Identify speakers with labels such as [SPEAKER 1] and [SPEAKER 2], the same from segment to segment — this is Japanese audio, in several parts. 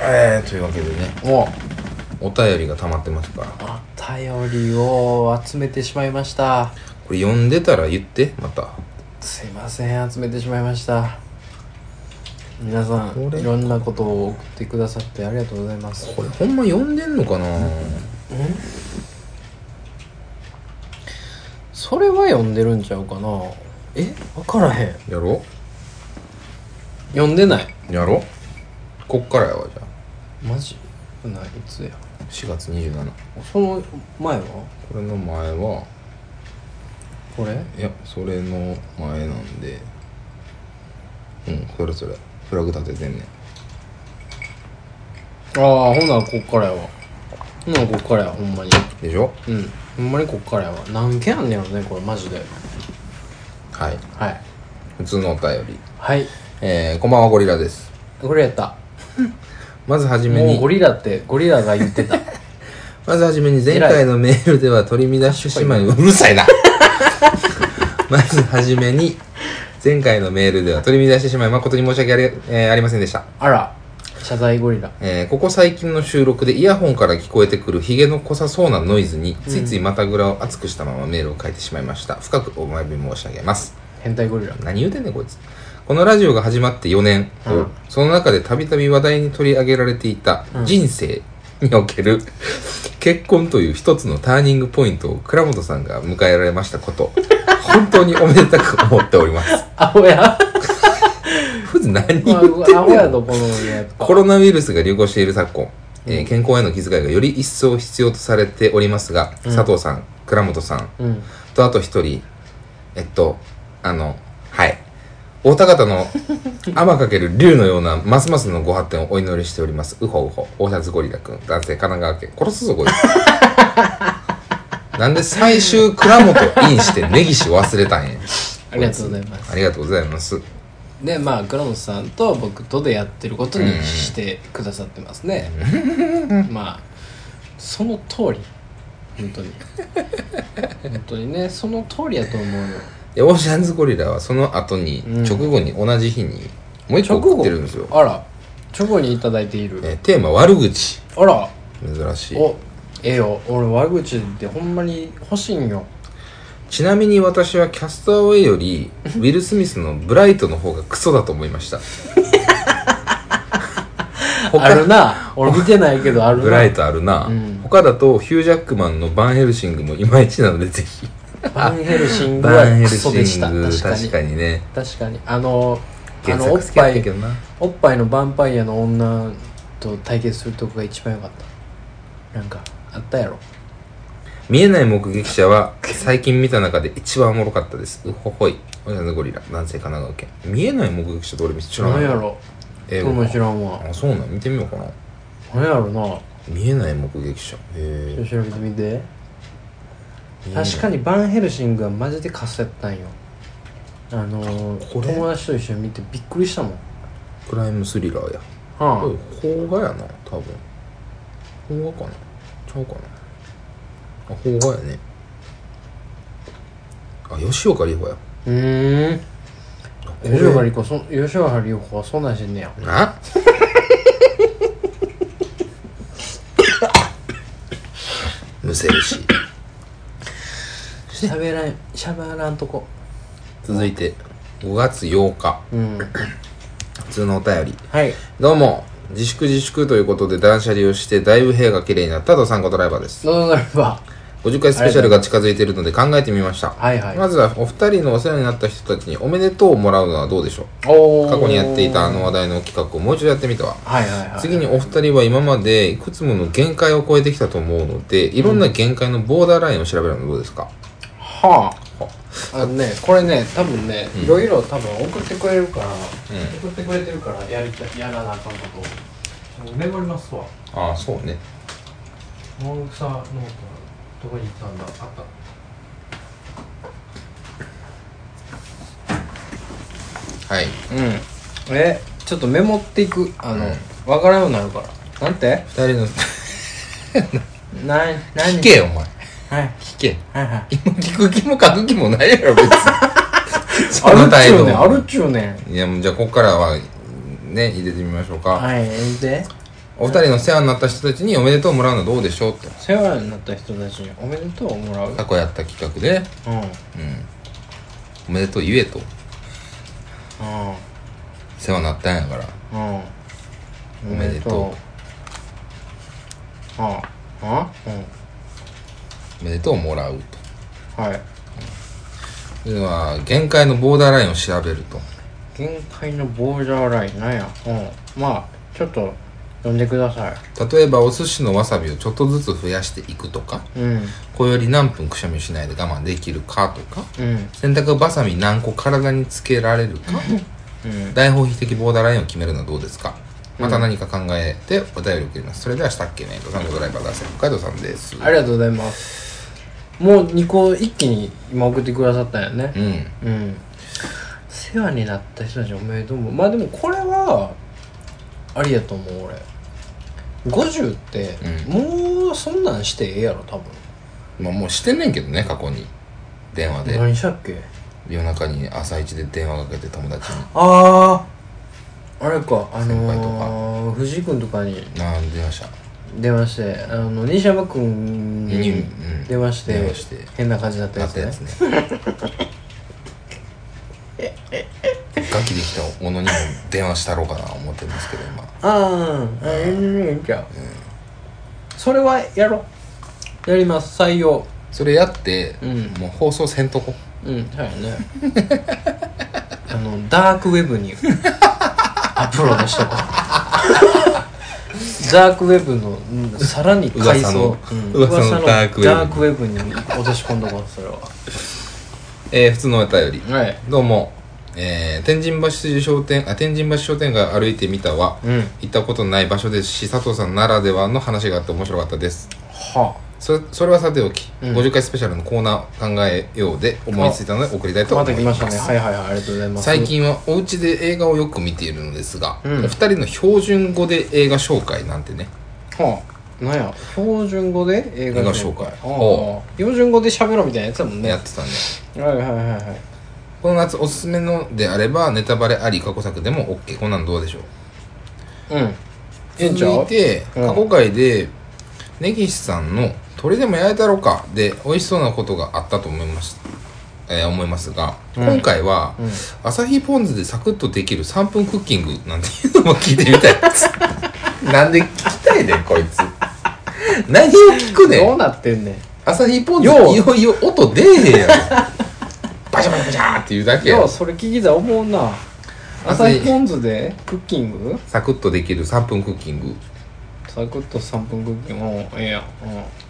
[SPEAKER 1] えー、というわけでね
[SPEAKER 2] も
[SPEAKER 1] お便りが溜まってますから
[SPEAKER 2] うお便りを集めてしまいました
[SPEAKER 1] これ読んでたら言ってまた
[SPEAKER 2] すいません集めてしまいました皆さ
[SPEAKER 1] こ
[SPEAKER 2] ん
[SPEAKER 1] れ
[SPEAKER 2] いろんなことを送ってくださってありがとうございます
[SPEAKER 1] これほんま読んでんのかな
[SPEAKER 2] それは読んでるんちゃうかな
[SPEAKER 1] え
[SPEAKER 2] 分からへん
[SPEAKER 1] やろ
[SPEAKER 2] 読んでない
[SPEAKER 1] やろこっからやわじゃあ
[SPEAKER 2] マジないつや
[SPEAKER 1] 4月27
[SPEAKER 2] その前は
[SPEAKER 1] これの前は
[SPEAKER 2] これ
[SPEAKER 1] いやそれの前なんでうんそれそれフラグ立ててんねん
[SPEAKER 2] ああほなこっからやわほなこっからやほんまに
[SPEAKER 1] でしょ
[SPEAKER 2] うんほんまにこっからやわ何件あんねやろねこれマジで
[SPEAKER 1] はい
[SPEAKER 2] はい
[SPEAKER 1] 普通のお便り
[SPEAKER 2] はい
[SPEAKER 1] えー、こんばんはゴリラです
[SPEAKER 2] これやった
[SPEAKER 1] まずはじめ
[SPEAKER 2] もう
[SPEAKER 1] に
[SPEAKER 2] ゴリラってゴリラが言っ てた
[SPEAKER 1] まずはじめに前回のメールでは取り乱してしまいうるさいなまずはじめに前回のメールでは取り乱してしまい誠に申し訳あり,、えーありませんでした、
[SPEAKER 2] あら謝罪ゴリラ
[SPEAKER 1] えーここ最近の収録でイヤホンから聞こえてくるヒゲの濃さそうなノイズについついまたぐらを熱くしたままメールを書いてしまいました深くお詫び申し上げます
[SPEAKER 2] 変態ゴリラ
[SPEAKER 1] 何言うてんねんこいつこのラジオが始まって4年、
[SPEAKER 2] うん
[SPEAKER 1] その中でたびたび話題に取り上げられていた人生における、 結婚という一つのターニングポイントを倉本さんが迎えられましたこと 本当におめでたく思っております
[SPEAKER 2] アホや
[SPEAKER 1] ふず何言って
[SPEAKER 2] まあ
[SPEAKER 1] んねん
[SPEAKER 2] アホやとこのやっぱ
[SPEAKER 1] コロナウイルスが流行している昨今、えー健康への気遣いがより一層必要とされておりますが、佐藤さん倉本さん
[SPEAKER 2] うん
[SPEAKER 1] とあと一人えっとあのはい大田方 の天かける竜のようなますますのご発展をお祈りしておりますうほうほ大札ゴリラくん男性神奈川県殺すぞゴ リラなんで最終倉本インして根岸忘れたんや
[SPEAKER 2] ありがとうございます
[SPEAKER 1] ありがとうございます
[SPEAKER 2] でまあ倉本さんと僕とでやってることにしてくださってます ね、まあその通り本当に本当にねその通りやと思うよ
[SPEAKER 1] でオーシャンズゴリラはその後に、
[SPEAKER 2] うん
[SPEAKER 1] 直後に同じ日にもう一個送ってるんですよ、
[SPEAKER 2] あら直後にいただいている
[SPEAKER 1] えーテーマ悪口
[SPEAKER 2] あら
[SPEAKER 1] 珍しい
[SPEAKER 2] おええよ俺悪口ってほんまに欲しいんよ
[SPEAKER 1] ちなみに私はキャスターウェイよりウィル・スミスのブライトの方がクソだと思いました 他
[SPEAKER 2] あるな俺見てないけどあるな
[SPEAKER 1] ブライトあるな、
[SPEAKER 2] うん
[SPEAKER 1] 他だとヒュー・ジャックマンのバンヘルシングもいまいちなのでぜひ
[SPEAKER 2] バンヘルシング
[SPEAKER 1] バン
[SPEAKER 2] は
[SPEAKER 1] ヘ
[SPEAKER 2] ク
[SPEAKER 1] ル
[SPEAKER 2] ソでし
[SPEAKER 1] シ
[SPEAKER 2] た
[SPEAKER 1] ング
[SPEAKER 2] 確
[SPEAKER 1] 確か
[SPEAKER 2] か
[SPEAKER 1] に
[SPEAKER 2] に
[SPEAKER 1] ね
[SPEAKER 2] 確かにあのあ
[SPEAKER 1] 原
[SPEAKER 2] の
[SPEAKER 1] 作
[SPEAKER 2] おっ
[SPEAKER 1] 好きや
[SPEAKER 2] ぱ
[SPEAKER 1] った
[SPEAKER 2] い
[SPEAKER 1] けどな
[SPEAKER 2] おっぱいのヴァンパイアの女と対決するとこが一番良かったなんかあったやろ
[SPEAKER 1] 見えない目撃者は最近見た中で一番おもろかったですうほほいおじゃのゴリラ男性神奈川県見えない目撃者と俺見せ知らな
[SPEAKER 2] 何
[SPEAKER 1] い
[SPEAKER 2] やろ
[SPEAKER 1] え
[SPEAKER 2] 俺も知らんわ
[SPEAKER 1] あそうなん見てみようかな
[SPEAKER 2] 何やろな
[SPEAKER 1] 見えない目撃者へ
[SPEAKER 2] ちょっ
[SPEAKER 1] え
[SPEAKER 2] と調べてみて確かにバンヘルシングはマジでカスやったんよあのー
[SPEAKER 1] これ
[SPEAKER 2] 友達と一緒に見てびっくりしたもん
[SPEAKER 1] クライムスリラーやこ
[SPEAKER 2] は
[SPEAKER 1] れ邦画やな多分邦画かなちゃうかなあ邦画やねあ吉岡里帆や
[SPEAKER 2] あうーん
[SPEAKER 1] あこれ
[SPEAKER 2] 吉岡里子そん吉岡里帆はそんなんしてんねや
[SPEAKER 1] な むせるし
[SPEAKER 2] 喋らん喋らんとこ
[SPEAKER 1] 続いて5月8日
[SPEAKER 2] うん
[SPEAKER 1] 普通のお便り
[SPEAKER 2] はい
[SPEAKER 1] どうも自粛自粛ということで断捨離をしてだいぶ部屋が綺麗になったとさんこドライバーです
[SPEAKER 2] どうぞなれば
[SPEAKER 1] 50回スペシャルが近づいているので考えてみました
[SPEAKER 2] はいはい
[SPEAKER 1] まずはお二人のお世話になった人たちにおめでとうをもらうのはどうでしょ
[SPEAKER 2] お
[SPEAKER 1] う
[SPEAKER 2] ー
[SPEAKER 1] 過去にやっていたあの話題の企画をもう一度やってみては
[SPEAKER 2] はいはいはい
[SPEAKER 1] 次にお二人は今までいくつもの限界を超えてきたと思うのでいろんな限界のボーダーラインを調べるのはどうですか
[SPEAKER 2] はああのねこれね多分ねいろいろ多分送ってくれるから、送ってくれてるからやりたやらなあかんことをメモりますわ
[SPEAKER 1] ああそうね
[SPEAKER 2] モンサノートどこに行ったんだあった
[SPEAKER 1] はい
[SPEAKER 2] うんえちょっとメモっていくあの、分からんようになるからなんて
[SPEAKER 1] 二人の
[SPEAKER 2] な何
[SPEAKER 1] 聞けよお前
[SPEAKER 2] はい
[SPEAKER 1] 聞け
[SPEAKER 2] はいはい
[SPEAKER 1] 今聞く気も書く気もないやろ別に そ
[SPEAKER 2] ある
[SPEAKER 1] の
[SPEAKER 2] っち
[SPEAKER 1] 態
[SPEAKER 2] ゅ
[SPEAKER 1] 度
[SPEAKER 2] うねんあるっちゅうねん
[SPEAKER 1] いやもうじゃあここからはね入れてみましょうか
[SPEAKER 2] はいで
[SPEAKER 1] お二人の世話になった人たちにおめでとうもらうのどうでしょうと
[SPEAKER 2] 世話になった人たちにおめでとうをもらう、うん、
[SPEAKER 1] 過去やった企画で、おめでとう言えと世話になったんやから
[SPEAKER 2] うんうん
[SPEAKER 1] おめでと
[SPEAKER 2] うああ
[SPEAKER 1] おめでとうもらう
[SPEAKER 2] うんはい
[SPEAKER 1] とでは限界のボーダーラインを調べると
[SPEAKER 2] 限界のボーダーラインなんやうんまあちょっと呼んでください
[SPEAKER 1] 例えばお寿司のわさびをちょっとずつ増やしていくとか
[SPEAKER 2] うん
[SPEAKER 1] これより何分くしゃみしないで我慢できるかとか
[SPEAKER 2] うん
[SPEAKER 1] 洗濯バサミ何個体につけられるか
[SPEAKER 2] うん
[SPEAKER 1] 大方比的ボーダーラインを決めるのはどうですかまた何か考えてお便りを送りますそれではしたっけねドサンコドライバー男性北海道さんです
[SPEAKER 2] ありがとうございますもう2個一気に今送ってくださったんやね
[SPEAKER 1] うん
[SPEAKER 2] うん世話になった人たちおめでとうもまあでもこれはありやと思う俺50って、もうそんなんしてええやろ多分
[SPEAKER 1] まあもうしてんねんけどね過去に電話で
[SPEAKER 2] 何したっけ
[SPEAKER 1] 夜中に朝一で電話かけて友達に
[SPEAKER 2] あああれかあ
[SPEAKER 1] 先輩と
[SPEAKER 2] のー、藤井君とかに
[SPEAKER 1] 「なあ電話した」
[SPEAKER 2] 電話してあの西山君
[SPEAKER 1] に
[SPEAKER 2] に
[SPEAKER 1] うん
[SPEAKER 2] 電話して,、
[SPEAKER 1] 電話して
[SPEAKER 2] 変な感じだったや
[SPEAKER 1] なっ
[SPEAKER 2] つ
[SPEAKER 1] た
[SPEAKER 2] ね
[SPEAKER 1] やつねガキできた小野にも電話したろうかな思ってますけど今
[SPEAKER 2] ああええんじゃんそれはやろうやります採用
[SPEAKER 1] それやって、
[SPEAKER 2] うん
[SPEAKER 1] もう放送せんとこ
[SPEAKER 2] うんそうやね あのダークウェブにアップロードし たからダークウェブの、うんさらに階層
[SPEAKER 1] 噂の噂のダークウェブ
[SPEAKER 2] ダークウェブに落とし込んどこうそれは
[SPEAKER 1] えー、普通のお便り
[SPEAKER 2] はい
[SPEAKER 1] どうも、えー、天神橋筋商店あ天神橋商店街歩いてみたは、
[SPEAKER 2] うん
[SPEAKER 1] 行ったことない場所ですし佐藤さんならではの話があって面白かったです
[SPEAKER 2] は
[SPEAKER 1] そそれはさておき、
[SPEAKER 2] うん
[SPEAKER 1] 50回スペシャルのコーナー考えようで思いついたので送りたい
[SPEAKER 2] あ
[SPEAKER 1] と
[SPEAKER 2] ま
[SPEAKER 1] 思
[SPEAKER 2] た
[SPEAKER 1] い
[SPEAKER 2] 来
[SPEAKER 1] ま
[SPEAKER 2] ますしたねはいはいはいありがとうございます
[SPEAKER 1] 最近はお家で映画をよく見ているのですが、
[SPEAKER 2] うん
[SPEAKER 1] お二人の標準語で映画紹介なんてね
[SPEAKER 2] はあなんや標準語で映画
[SPEAKER 1] 映画紹介
[SPEAKER 2] ああ標準語で喋ろみたいなやつだもんね
[SPEAKER 1] や
[SPEAKER 2] は
[SPEAKER 1] ってたんで
[SPEAKER 2] いはいはいはい
[SPEAKER 1] この夏おすすめのであればネタバレあり過去作でも OK こんなんどうでしょう
[SPEAKER 2] うんええんちゃ
[SPEAKER 1] 続いうて
[SPEAKER 2] うん
[SPEAKER 1] 過去回で根岸さんの「鳥でも焼いたろか」で美味しそうなことがあったと思いました、えー思いますが、今回は、朝日ポン酢でサクッとできる3分クッキングなんていうのも聞いてみたいです なんで聞きたいねんこいつ何を聞くね
[SPEAKER 2] どうんなってんねん
[SPEAKER 1] 朝日ポン酢
[SPEAKER 2] よう
[SPEAKER 1] いよいよ音出えへ んやろバシャバシャバシャーっていうだけや
[SPEAKER 2] よ
[SPEAKER 1] ろ
[SPEAKER 2] うそれ聞きたい思うな朝日ポン酢でクッキング
[SPEAKER 1] サクッとできる3分クッキング
[SPEAKER 2] サクッと3分クッキングもうええやんうん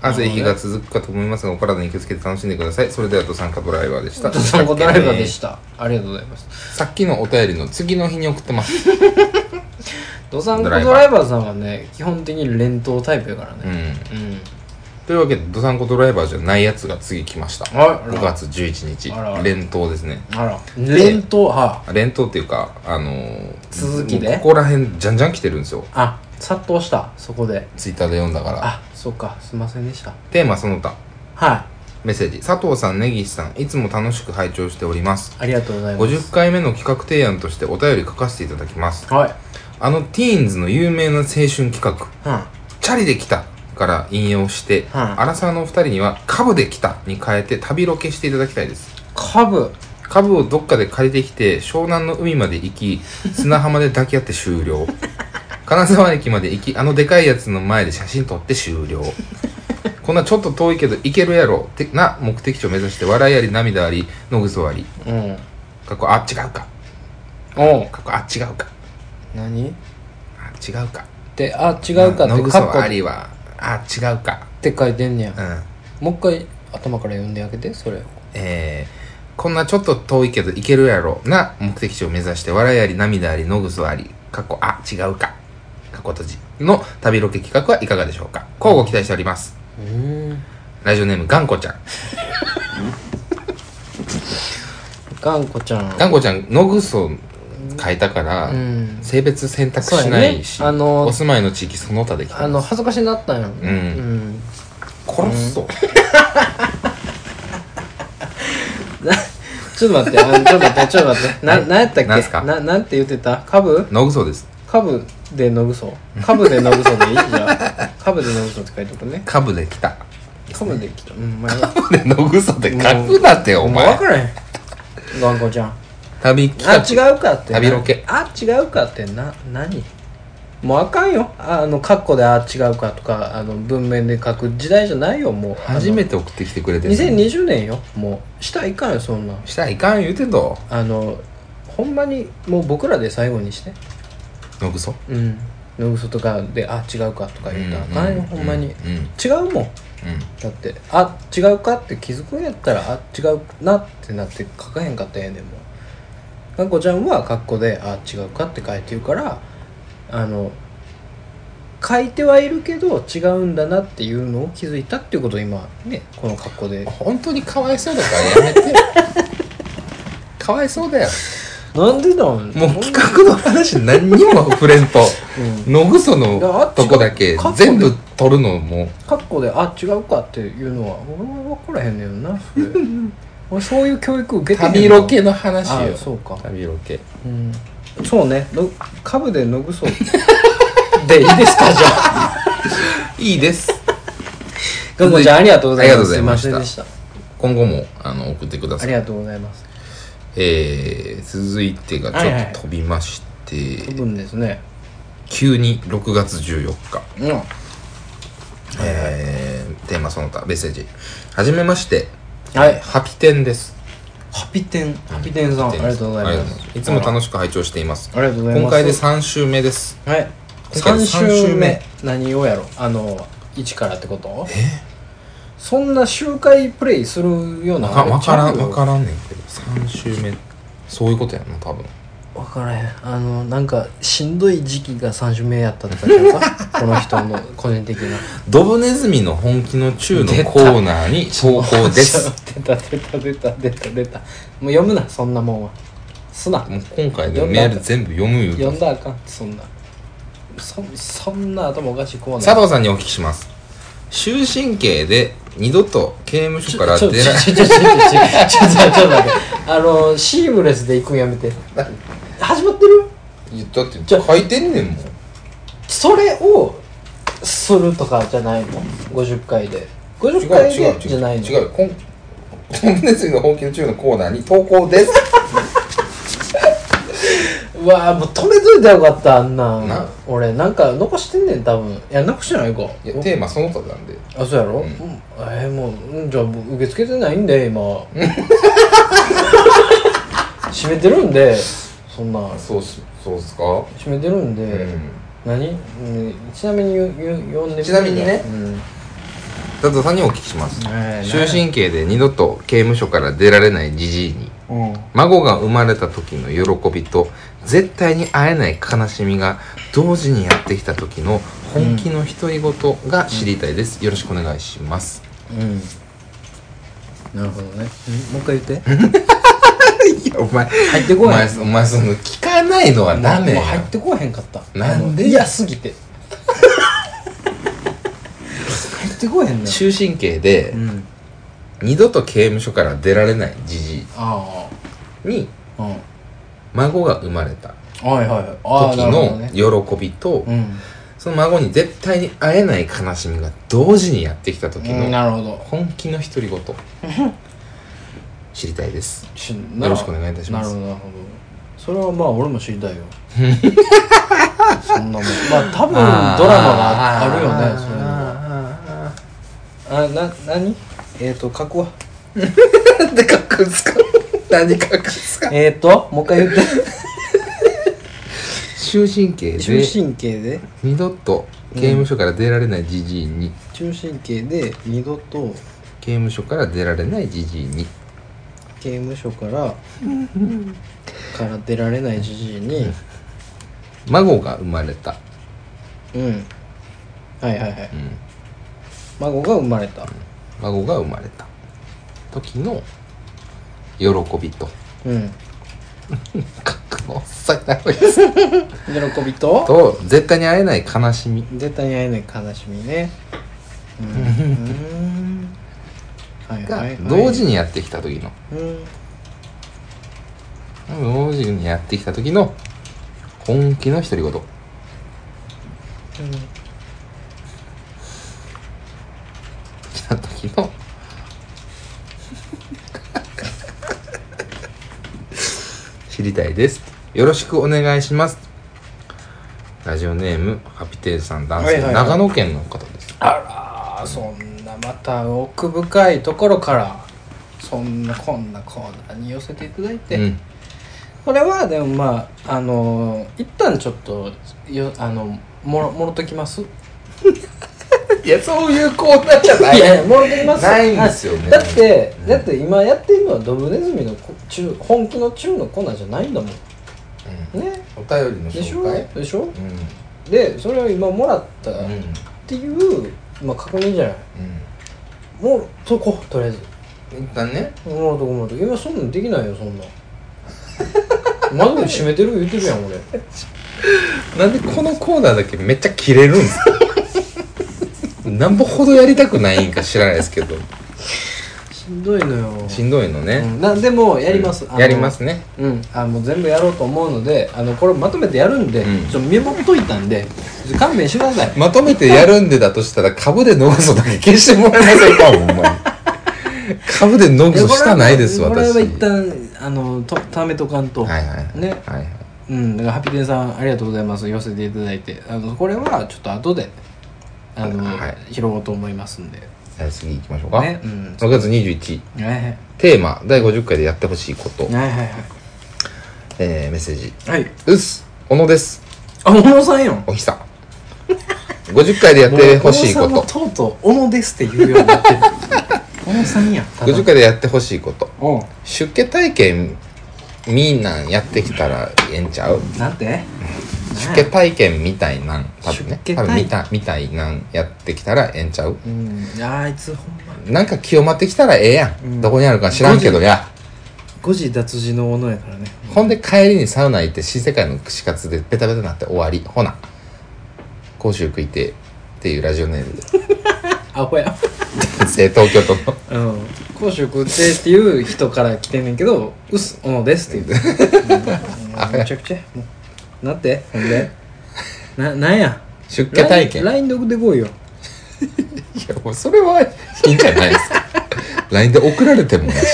[SPEAKER 1] 暑い日
[SPEAKER 2] な
[SPEAKER 1] が
[SPEAKER 2] る
[SPEAKER 1] 続くかと思いますが、お体に気をつけて楽しんでください。それでは、ドサンカドライバーでした。
[SPEAKER 2] ほどねそんなことないわで
[SPEAKER 1] た。
[SPEAKER 2] したありがとうございます
[SPEAKER 1] さっきのお便りの次の日に送ってます。
[SPEAKER 2] ドサン
[SPEAKER 1] ド
[SPEAKER 2] コド
[SPEAKER 1] ライバー
[SPEAKER 2] ライバーさんはね基本的に連投タイプやから
[SPEAKER 1] うん。
[SPEAKER 2] ねうん
[SPEAKER 1] というわけで、ドサンコドライバーじゃないやつが次来ました。
[SPEAKER 2] あら
[SPEAKER 1] 5月11
[SPEAKER 2] あらあら
[SPEAKER 1] 日。連投ですね。
[SPEAKER 2] あら連投は
[SPEAKER 1] 連投っていうか、あのー、
[SPEAKER 2] 続きで
[SPEAKER 1] もうここら辺、じゃんじゃん来てるんですよ。
[SPEAKER 2] あ殺到したそこで
[SPEAKER 1] ツイッターで読んだから。
[SPEAKER 2] あそうかすいませんでした
[SPEAKER 1] テーマその他。
[SPEAKER 2] は
[SPEAKER 1] メッセージ。佐藤さん、根岸さん、いつも楽しく拝聴しております。
[SPEAKER 2] いありがとうございます
[SPEAKER 1] 50回目の企画提案としてお便り書かせていただきます。
[SPEAKER 2] はい
[SPEAKER 1] あのティーンズの有名な青春企画。
[SPEAKER 2] は
[SPEAKER 1] チャリで来たから引用して、
[SPEAKER 2] はい
[SPEAKER 1] アラサーのお二人には「カブで来た」に変えて旅ロケしていただきたいです
[SPEAKER 2] カブ
[SPEAKER 1] カブをどっかで借りてきて湘南の海まで行き砂浜で抱き合って終了 金沢駅まで行きあのでかいやつの前で写真撮って終了こんなちょっと遠いけど行けるやろてな目的地を目指して笑いあり涙ありのぐそあり
[SPEAKER 2] うん
[SPEAKER 1] かっこあ違うか
[SPEAKER 2] おう
[SPEAKER 1] かっこあ違うか
[SPEAKER 2] 何
[SPEAKER 1] あ違うか
[SPEAKER 2] であ違うかっ
[SPEAKER 1] の
[SPEAKER 2] て
[SPEAKER 1] ぐ
[SPEAKER 2] カ
[SPEAKER 1] そ
[SPEAKER 2] ッコ
[SPEAKER 1] あ
[SPEAKER 2] っ
[SPEAKER 1] りはあ違うか
[SPEAKER 2] て書いてんねや
[SPEAKER 1] うん
[SPEAKER 2] もう一回頭から読んであげてそれを
[SPEAKER 1] えーこんなちょっと遠いけど行けるやろな目的地を目指して笑いあり涙ありのぐそありかっこあ違うかかっこ閉じの旅ロケ企画はいかがでしょうか交互期待しております
[SPEAKER 2] うん
[SPEAKER 1] ラジオネームがんこちゃん
[SPEAKER 2] ガンコちゃん
[SPEAKER 1] がんこちゃんのぐそ変えたから、
[SPEAKER 2] うん
[SPEAKER 1] 性別選択しないし、
[SPEAKER 2] そうやねあの
[SPEAKER 1] お住まいの地域その他で来
[SPEAKER 2] あ
[SPEAKER 1] た、
[SPEAKER 2] の恥ずかしになったんやうん
[SPEAKER 1] 殺す ぞ、
[SPEAKER 2] ちょっと 待ってあのちょっと待ってちょっと待ってななんやったっけ
[SPEAKER 1] なんすか
[SPEAKER 2] ななんて言ってたカブ
[SPEAKER 1] のぐそです
[SPEAKER 2] カブでのぐそ株でのぐ そでいいじゃあ株でのぐそって書いておくね
[SPEAKER 1] 株で来た
[SPEAKER 2] 株できたうんま
[SPEAKER 1] 株でのぐそって書くなってお前
[SPEAKER 2] 分からへん頑固ちゃん
[SPEAKER 1] 旅来
[SPEAKER 2] あ
[SPEAKER 1] た
[SPEAKER 2] 違うかってな
[SPEAKER 1] 旅ロケ
[SPEAKER 2] あ違うかってな何もうあかんよああのカッコであ違うかとかあの文面で書く時代じゃないよもう
[SPEAKER 1] 初め
[SPEAKER 2] て
[SPEAKER 1] て送ってきてくれてる
[SPEAKER 2] 2020年よもうしたらいかんよそんなん
[SPEAKER 1] したらいかん言うてんぞ
[SPEAKER 2] あのほんまにもう僕らで最後にして
[SPEAKER 1] のぐそ
[SPEAKER 2] うんの嘘とかであ違うかとか言ったらあかんよ、ほんまに、
[SPEAKER 1] うんうん
[SPEAKER 2] 違うもんだってあ違うかって気づくんやったらあ違うなってなって書かへんかったらええねんもうかっこちゃんはカッコであ違うかって書いてるからあの書いてはいるけど違うんだなっていうのを気づいたっていうことを今ねこの格好で
[SPEAKER 1] 本当にかわいそうだからや めてかわいそうだよ
[SPEAKER 2] なんでだもん
[SPEAKER 1] もう企画の話何にも触れんと
[SPEAKER 2] うん
[SPEAKER 1] のぐそのとこだけ全部取るのも
[SPEAKER 2] カッコであ違うかっていうのは俺も分からへんねんなそ れ俺そういう教育受けてへんの
[SPEAKER 1] 旅ロケの話
[SPEAKER 2] あ
[SPEAKER 1] よ
[SPEAKER 2] そうか
[SPEAKER 1] 旅ロ ケ
[SPEAKER 2] うんそうねの株でのぐ そでいいですかじゃあ
[SPEAKER 1] いいです
[SPEAKER 2] ガンコちゃんありがとうござい
[SPEAKER 1] あり
[SPEAKER 2] ます
[SPEAKER 1] がとうございました
[SPEAKER 2] すませんでした
[SPEAKER 1] 今後もあの送ってくだ
[SPEAKER 2] あ
[SPEAKER 1] さ
[SPEAKER 2] り
[SPEAKER 1] い
[SPEAKER 2] がとうございます
[SPEAKER 1] えー、続いてがちょ
[SPEAKER 2] はいは
[SPEAKER 1] っ
[SPEAKER 2] い
[SPEAKER 1] と飛びまして、
[SPEAKER 2] 多分ですね
[SPEAKER 1] 急に6月14日
[SPEAKER 2] うんは
[SPEAKER 1] えーテーマその他メッセージはじめまして
[SPEAKER 2] い
[SPEAKER 1] ハピテンです
[SPEAKER 2] ハピテンハピテンさんありがとうございます
[SPEAKER 1] いつも楽しく拝聴しています
[SPEAKER 2] ありがとうございます
[SPEAKER 1] 今回で3週目です
[SPEAKER 2] はい
[SPEAKER 1] 今回
[SPEAKER 2] 3
[SPEAKER 1] で三
[SPEAKER 2] 週
[SPEAKER 1] 週目
[SPEAKER 2] 目何をやろうあの1からってことそんな周回プレイするような
[SPEAKER 1] わかわからんわ
[SPEAKER 2] わ
[SPEAKER 1] からんねんけど3週目そういうことやな多分
[SPEAKER 2] からへんあのなんかしんどい時期が3週目やったとかじゃないです かこの人の個人的な
[SPEAKER 1] ドブネズミの本気の中のコーナーに投稿で す
[SPEAKER 2] 出た出た出た出た出たもう読むなそんなもんはすな
[SPEAKER 1] もう今回でメール全部読む
[SPEAKER 2] 読
[SPEAKER 1] よ
[SPEAKER 2] んだらあかんそんなそそんな頭おかしいコーナー
[SPEAKER 1] 佐藤さんにお聞きします終身刑で二度と刑務所から
[SPEAKER 2] ちょち
[SPEAKER 1] 出
[SPEAKER 2] ょ
[SPEAKER 1] ら
[SPEAKER 2] ちょちょちょちょちょちょちょちょちょ待ってあのシームレスで行くんやめて始まってる
[SPEAKER 1] いやだって
[SPEAKER 2] ちょ
[SPEAKER 1] 書いてんねんもん
[SPEAKER 2] それをするとかじゃないの50回で50回
[SPEAKER 1] 違う違
[SPEAKER 2] で
[SPEAKER 1] う
[SPEAKER 2] じゃないの
[SPEAKER 1] 違うこん ドブネズミの本気の中のコーナーに投稿です
[SPEAKER 2] うわあもう止めといたらよかったあんな
[SPEAKER 1] な
[SPEAKER 2] 俺なんか残してんねん多分いや残してないか
[SPEAKER 1] いやテーマその他なんで
[SPEAKER 2] あそうやろ、
[SPEAKER 1] うん
[SPEAKER 2] うんえーもううんじゃあもう受け付けてないんで今 閉めてるんでそんな
[SPEAKER 1] そうしそうっすか
[SPEAKER 2] 閉めてるんで、
[SPEAKER 1] うん
[SPEAKER 2] 何、うんちなみに言う言う呼んでみて
[SPEAKER 1] ちなみにね
[SPEAKER 2] うん
[SPEAKER 1] 佐藤さんにお聞きします
[SPEAKER 2] ええ
[SPEAKER 1] 終身刑で二度と刑務所から出られないじじいに
[SPEAKER 2] うん
[SPEAKER 1] 孫が生まれた時の喜びと絶対に会えない悲しみが同時にやってきた時の本気の独り言が知りたいです、よろしくお願いします
[SPEAKER 2] うんなるほどねんもう一回言って
[SPEAKER 1] いやお前
[SPEAKER 2] 入ってこ
[SPEAKER 1] お
[SPEAKER 2] い
[SPEAKER 1] 前お前その聞かないのはダメ
[SPEAKER 2] も
[SPEAKER 1] よ
[SPEAKER 2] う入ってこへんかった
[SPEAKER 1] なんで
[SPEAKER 2] あの嫌すぎて入ってこへんね
[SPEAKER 1] 終身刑で
[SPEAKER 2] うん
[SPEAKER 1] 二度と刑務所から出られないじじい
[SPEAKER 2] あ
[SPEAKER 1] に
[SPEAKER 2] あうん
[SPEAKER 1] 孫が生まれた
[SPEAKER 2] はいはいはいああ
[SPEAKER 1] 時
[SPEAKER 2] なるほど
[SPEAKER 1] の
[SPEAKER 2] ね
[SPEAKER 1] 喜びと、
[SPEAKER 2] うん
[SPEAKER 1] その孫に絶対に会えない悲しみが同時にやってきた時
[SPEAKER 2] うん
[SPEAKER 1] の
[SPEAKER 2] なるほど
[SPEAKER 1] 本気の独り言知りたいです
[SPEAKER 2] し
[SPEAKER 1] よろしくお願いいたします
[SPEAKER 2] なるほどなるほどそれはまあ俺も知りた いよそんなもんまあ多分ドラマがあるよねそういうのは
[SPEAKER 1] あ
[SPEAKER 2] あな何えっ、ー、と書くわ
[SPEAKER 1] ーなんで書くんすか何書くんすか
[SPEAKER 2] えっ、ー、ともう一回言って
[SPEAKER 1] 終身刑
[SPEAKER 2] 中
[SPEAKER 1] で
[SPEAKER 2] 神経で
[SPEAKER 1] 二度と刑務所から出られないじじいに、
[SPEAKER 2] 中神経で二度と
[SPEAKER 1] 刑務所から出られないじじいに
[SPEAKER 2] 刑務所からから出られないじじいに
[SPEAKER 1] 孫が生まれた、
[SPEAKER 2] うんはいはいはい
[SPEAKER 1] うん、
[SPEAKER 2] 孫が生まれた
[SPEAKER 1] 孫が生まれた時の喜びと
[SPEAKER 2] うん
[SPEAKER 1] 書くのおっさんになるです
[SPEAKER 2] 喜びと
[SPEAKER 1] と絶対に会えない悲しみ
[SPEAKER 2] 絶対に会えない悲しみねうーんはい
[SPEAKER 1] が
[SPEAKER 2] はい、はい、
[SPEAKER 1] 同時にやってきた時の
[SPEAKER 2] うん
[SPEAKER 1] 同時にやってきた時の本気の独り言来た時の知りたいですよろしくお願いしますラジオネームハピテーさん男性、
[SPEAKER 2] はいはいはい
[SPEAKER 1] 長野県の方です
[SPEAKER 2] あらそんなまた奥深いところからそんなこんなコーナーに寄せていただいて、
[SPEAKER 1] うん
[SPEAKER 2] これはでもまああのー一旦ちょっとよあのもろもろときます
[SPEAKER 1] いやそういうコーナーじゃない
[SPEAKER 2] いやいやもろときます
[SPEAKER 1] ないんですよね
[SPEAKER 2] はいだって、
[SPEAKER 1] うん
[SPEAKER 2] だって今やってるのはドブネズミのこ中本気の中のコーナーじゃないんだもんね
[SPEAKER 1] お便りの
[SPEAKER 2] でし
[SPEAKER 1] 紹
[SPEAKER 2] ょ
[SPEAKER 1] 介
[SPEAKER 2] でしょ
[SPEAKER 1] うん
[SPEAKER 2] でそれを今もらったっ
[SPEAKER 1] うんうん
[SPEAKER 2] ていう、まあ確認じゃないもうとことりあえず
[SPEAKER 1] 一旦ね
[SPEAKER 2] もうとこもうとこ今そんなんできないよそんなん窓閉めてる言ってるやん俺
[SPEAKER 1] なんでこのコーナーだけめっちゃ切れるんですかなんぼほどやりたくないんか知らないですけど
[SPEAKER 2] しんどいのよ
[SPEAKER 1] しんどいのね、
[SPEAKER 2] うん、なでもやります、あの
[SPEAKER 1] やりますね
[SPEAKER 2] うんあもう全部やろうと思うのであのこれまとめてやるんで、
[SPEAKER 1] うん
[SPEAKER 2] ちょっとメモっといたんでちょっと勘弁してください
[SPEAKER 1] まとめてやるんでだとしたら株で逃すだけ消してもらえませんかほんまに株で逃すしたないです
[SPEAKER 2] これは
[SPEAKER 1] 私
[SPEAKER 2] これは一旦あのとためとかんと、
[SPEAKER 1] はいはい
[SPEAKER 2] ね
[SPEAKER 1] はいはい
[SPEAKER 2] うんだからハピテンさんありがとうございます寄せていただいてあのこれはちょっと後であの、
[SPEAKER 1] はい
[SPEAKER 2] 拾おうと思いますんで
[SPEAKER 1] はい次行きましょうか、
[SPEAKER 2] ねうん
[SPEAKER 1] 6月21
[SPEAKER 2] はいはい
[SPEAKER 1] テーマ第50回でやってほしいこと、
[SPEAKER 2] はいはい
[SPEAKER 1] えー、メッセージ
[SPEAKER 2] はいはい
[SPEAKER 1] 「うっす小野です
[SPEAKER 2] あ小野さんやん
[SPEAKER 1] おひさ」50回でやってほしいこ
[SPEAKER 2] もう
[SPEAKER 1] と
[SPEAKER 2] 小野さんはとうとう「小野です」って言うように なってる小野さんやんただ
[SPEAKER 1] 50回でやってほしいこと
[SPEAKER 2] おう
[SPEAKER 1] 出家体験みんなんやってきたらええんちゃう
[SPEAKER 2] なんて
[SPEAKER 1] 出家体験みたいなん多分ね
[SPEAKER 2] 出家
[SPEAKER 1] 多
[SPEAKER 2] 体
[SPEAKER 1] 分みたみたいなんやってきたらええんちゃう
[SPEAKER 2] うんあいつほんま
[SPEAKER 1] なんか清まってきたらええやん、
[SPEAKER 2] うん
[SPEAKER 1] どこにあるか知らんけどや
[SPEAKER 2] 誤字脱字の斧やからね
[SPEAKER 1] ほんで帰りにサウナ行って新世界の串カツでベタベタになって終わりほな甲州食いてえっていうラジオネー ムで
[SPEAKER 2] アホや
[SPEAKER 1] 男性東京都の
[SPEAKER 2] うん公職ってっていう人から来てんねんけど「うっす斧です」って言ううんめちゃくちゃもうなってほんでななんや
[SPEAKER 1] 出家体験
[SPEAKER 2] LINE LINE で送ってこいよ
[SPEAKER 1] いやもうそれはいいんじゃないです か LINE で送られてもなし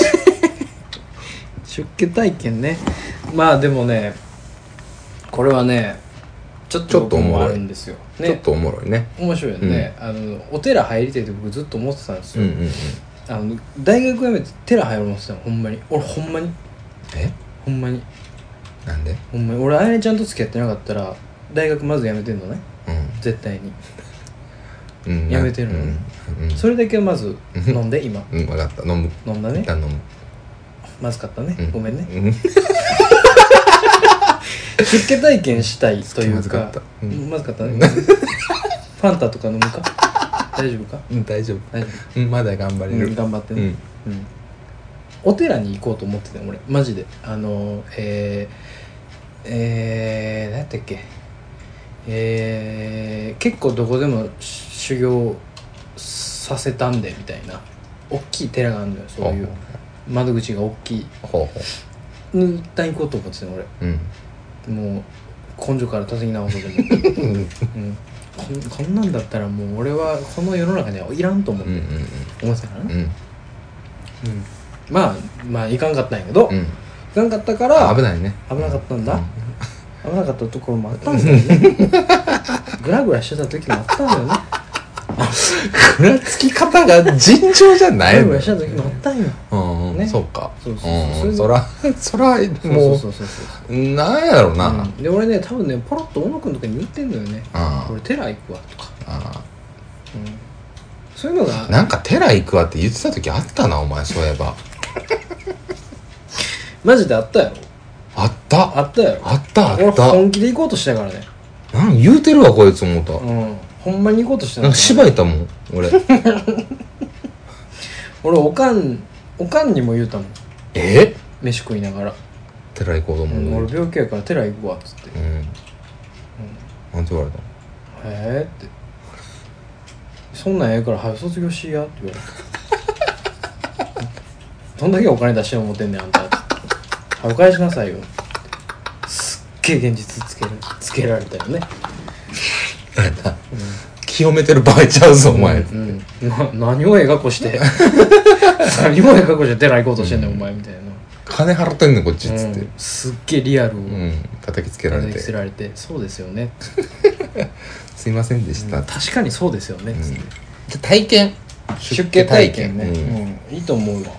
[SPEAKER 2] 出家体験ねまあでもねこれはねちょっ
[SPEAKER 1] ち
[SPEAKER 2] と
[SPEAKER 1] ょっとおもろい
[SPEAKER 2] 僕あるんですよ
[SPEAKER 1] ちょっ
[SPEAKER 2] ね
[SPEAKER 1] とおもろいね
[SPEAKER 2] 面白いよね、あのお寺入りたいって僕ずっと思ってたんです
[SPEAKER 1] うん
[SPEAKER 2] よ、
[SPEAKER 1] うんうん
[SPEAKER 2] あの大学辞めて寺入ろうと思ってたのほんまに俺ほんまに
[SPEAKER 1] え
[SPEAKER 2] ほんまに
[SPEAKER 1] なんで
[SPEAKER 2] ほんまに俺あやねちゃんと付き合ってなかったら大学まず辞めてんのね絶対に
[SPEAKER 1] うん、うん、
[SPEAKER 2] やめてるの
[SPEAKER 1] うんうん
[SPEAKER 2] それだけはまず飲んで今
[SPEAKER 1] うん、分かった飲む
[SPEAKER 2] 飲んだね
[SPEAKER 1] 一旦飲む、
[SPEAKER 2] まずかったね、
[SPEAKER 1] う
[SPEAKER 2] ごめんね
[SPEAKER 1] うん
[SPEAKER 2] 出家体験したいという
[SPEAKER 1] まずか
[SPEAKER 2] か
[SPEAKER 1] ったうん
[SPEAKER 2] まずかった ねファンタとか飲むか大丈夫か
[SPEAKER 1] うん、大丈夫
[SPEAKER 2] 大丈
[SPEAKER 1] うんまだ頑張
[SPEAKER 2] 夫、
[SPEAKER 1] れる、
[SPEAKER 2] うん頑張ってね、
[SPEAKER 1] うん
[SPEAKER 2] うんお寺に行こうと思ってたよ俺マジであのえー、えー、何やったっけえー、結構どこでも修行させたんでみたいな大きい寺があるのよそういう窓口が大きい
[SPEAKER 1] ほうほ
[SPEAKER 2] に一旦行こうと思ってたよ俺
[SPEAKER 1] ううん
[SPEAKER 2] もう根性から稼ぎ直そうと思って、うん、こんこんなんだったらもう俺はこの世の中にはいらんと思っ
[SPEAKER 1] うんう
[SPEAKER 2] て、
[SPEAKER 1] ん
[SPEAKER 2] 思ってたから
[SPEAKER 1] うんう
[SPEAKER 2] ね、
[SPEAKER 1] ん
[SPEAKER 2] うんまあまあいかんかったんやけど、
[SPEAKER 1] うん
[SPEAKER 2] いかんかったから
[SPEAKER 1] 危ないね
[SPEAKER 2] 危なかったんだ、
[SPEAKER 1] うん
[SPEAKER 2] 危なかったところもあったんだよね グラグラしてた時もあったんだよね
[SPEAKER 1] ぐらつき方が尋常じゃ
[SPEAKER 2] グ
[SPEAKER 1] ない
[SPEAKER 2] ラグ
[SPEAKER 1] の
[SPEAKER 2] ラして
[SPEAKER 1] よ
[SPEAKER 2] た時もあったんよ
[SPEAKER 1] うんうん
[SPEAKER 2] ね
[SPEAKER 1] そうか
[SPEAKER 2] そうそうそう
[SPEAKER 1] うんそらそらも
[SPEAKER 2] そうそうそうそう
[SPEAKER 1] うなんやろうな、
[SPEAKER 2] そう、うんで俺ね多分ねポロッと小野君とかに言ってんのよね
[SPEAKER 1] あー
[SPEAKER 2] 俺寺行くわとか、
[SPEAKER 1] あ
[SPEAKER 2] うんそういうの
[SPEAKER 1] ー
[SPEAKER 2] が
[SPEAKER 1] なんか寺行くわって言ってた時あったなお前そういえば
[SPEAKER 2] マジであったやろ
[SPEAKER 1] あった
[SPEAKER 2] あったやろ
[SPEAKER 1] あったあ
[SPEAKER 2] 俺
[SPEAKER 1] った
[SPEAKER 2] 本気で行こうとしてたからね
[SPEAKER 1] なん言うてるわこいつ思った、
[SPEAKER 2] うんほんまに行こうとしてた
[SPEAKER 1] なんか
[SPEAKER 2] 居
[SPEAKER 1] 芝居たもん俺
[SPEAKER 2] 俺おかんおかんにも言うたもん
[SPEAKER 1] え
[SPEAKER 2] 飯食いながら、
[SPEAKER 1] 寺行こうと思
[SPEAKER 2] う
[SPEAKER 1] うんのに
[SPEAKER 2] 俺病気やから寺行くわっつって
[SPEAKER 1] うん、なんて言われたの
[SPEAKER 2] 「へえ」って「そんなんええから早く卒業しや」って言われ て「どんだけお金出して思ってんねんあんた」早く返しなさいよ」すっげえ現実つけるつけられたよね
[SPEAKER 1] あれな清めてる場合ちゃうぞお前、
[SPEAKER 2] うん、な何をええ格好して 何をええ格好して出ないことしてんねん、お前みたいな、
[SPEAKER 1] 金払ってんねんこっちっつって、
[SPEAKER 2] うんすっげえリアルを
[SPEAKER 1] うん叩きつけられ
[SPEAKER 2] 叩
[SPEAKER 1] て
[SPEAKER 2] きつけられてそうですよね
[SPEAKER 1] すいませんでした、
[SPEAKER 2] 確かにそうですよね、
[SPEAKER 1] ん
[SPEAKER 2] つって
[SPEAKER 1] で体験
[SPEAKER 2] 出家体験ね、
[SPEAKER 1] うん
[SPEAKER 2] うんいいと思うわ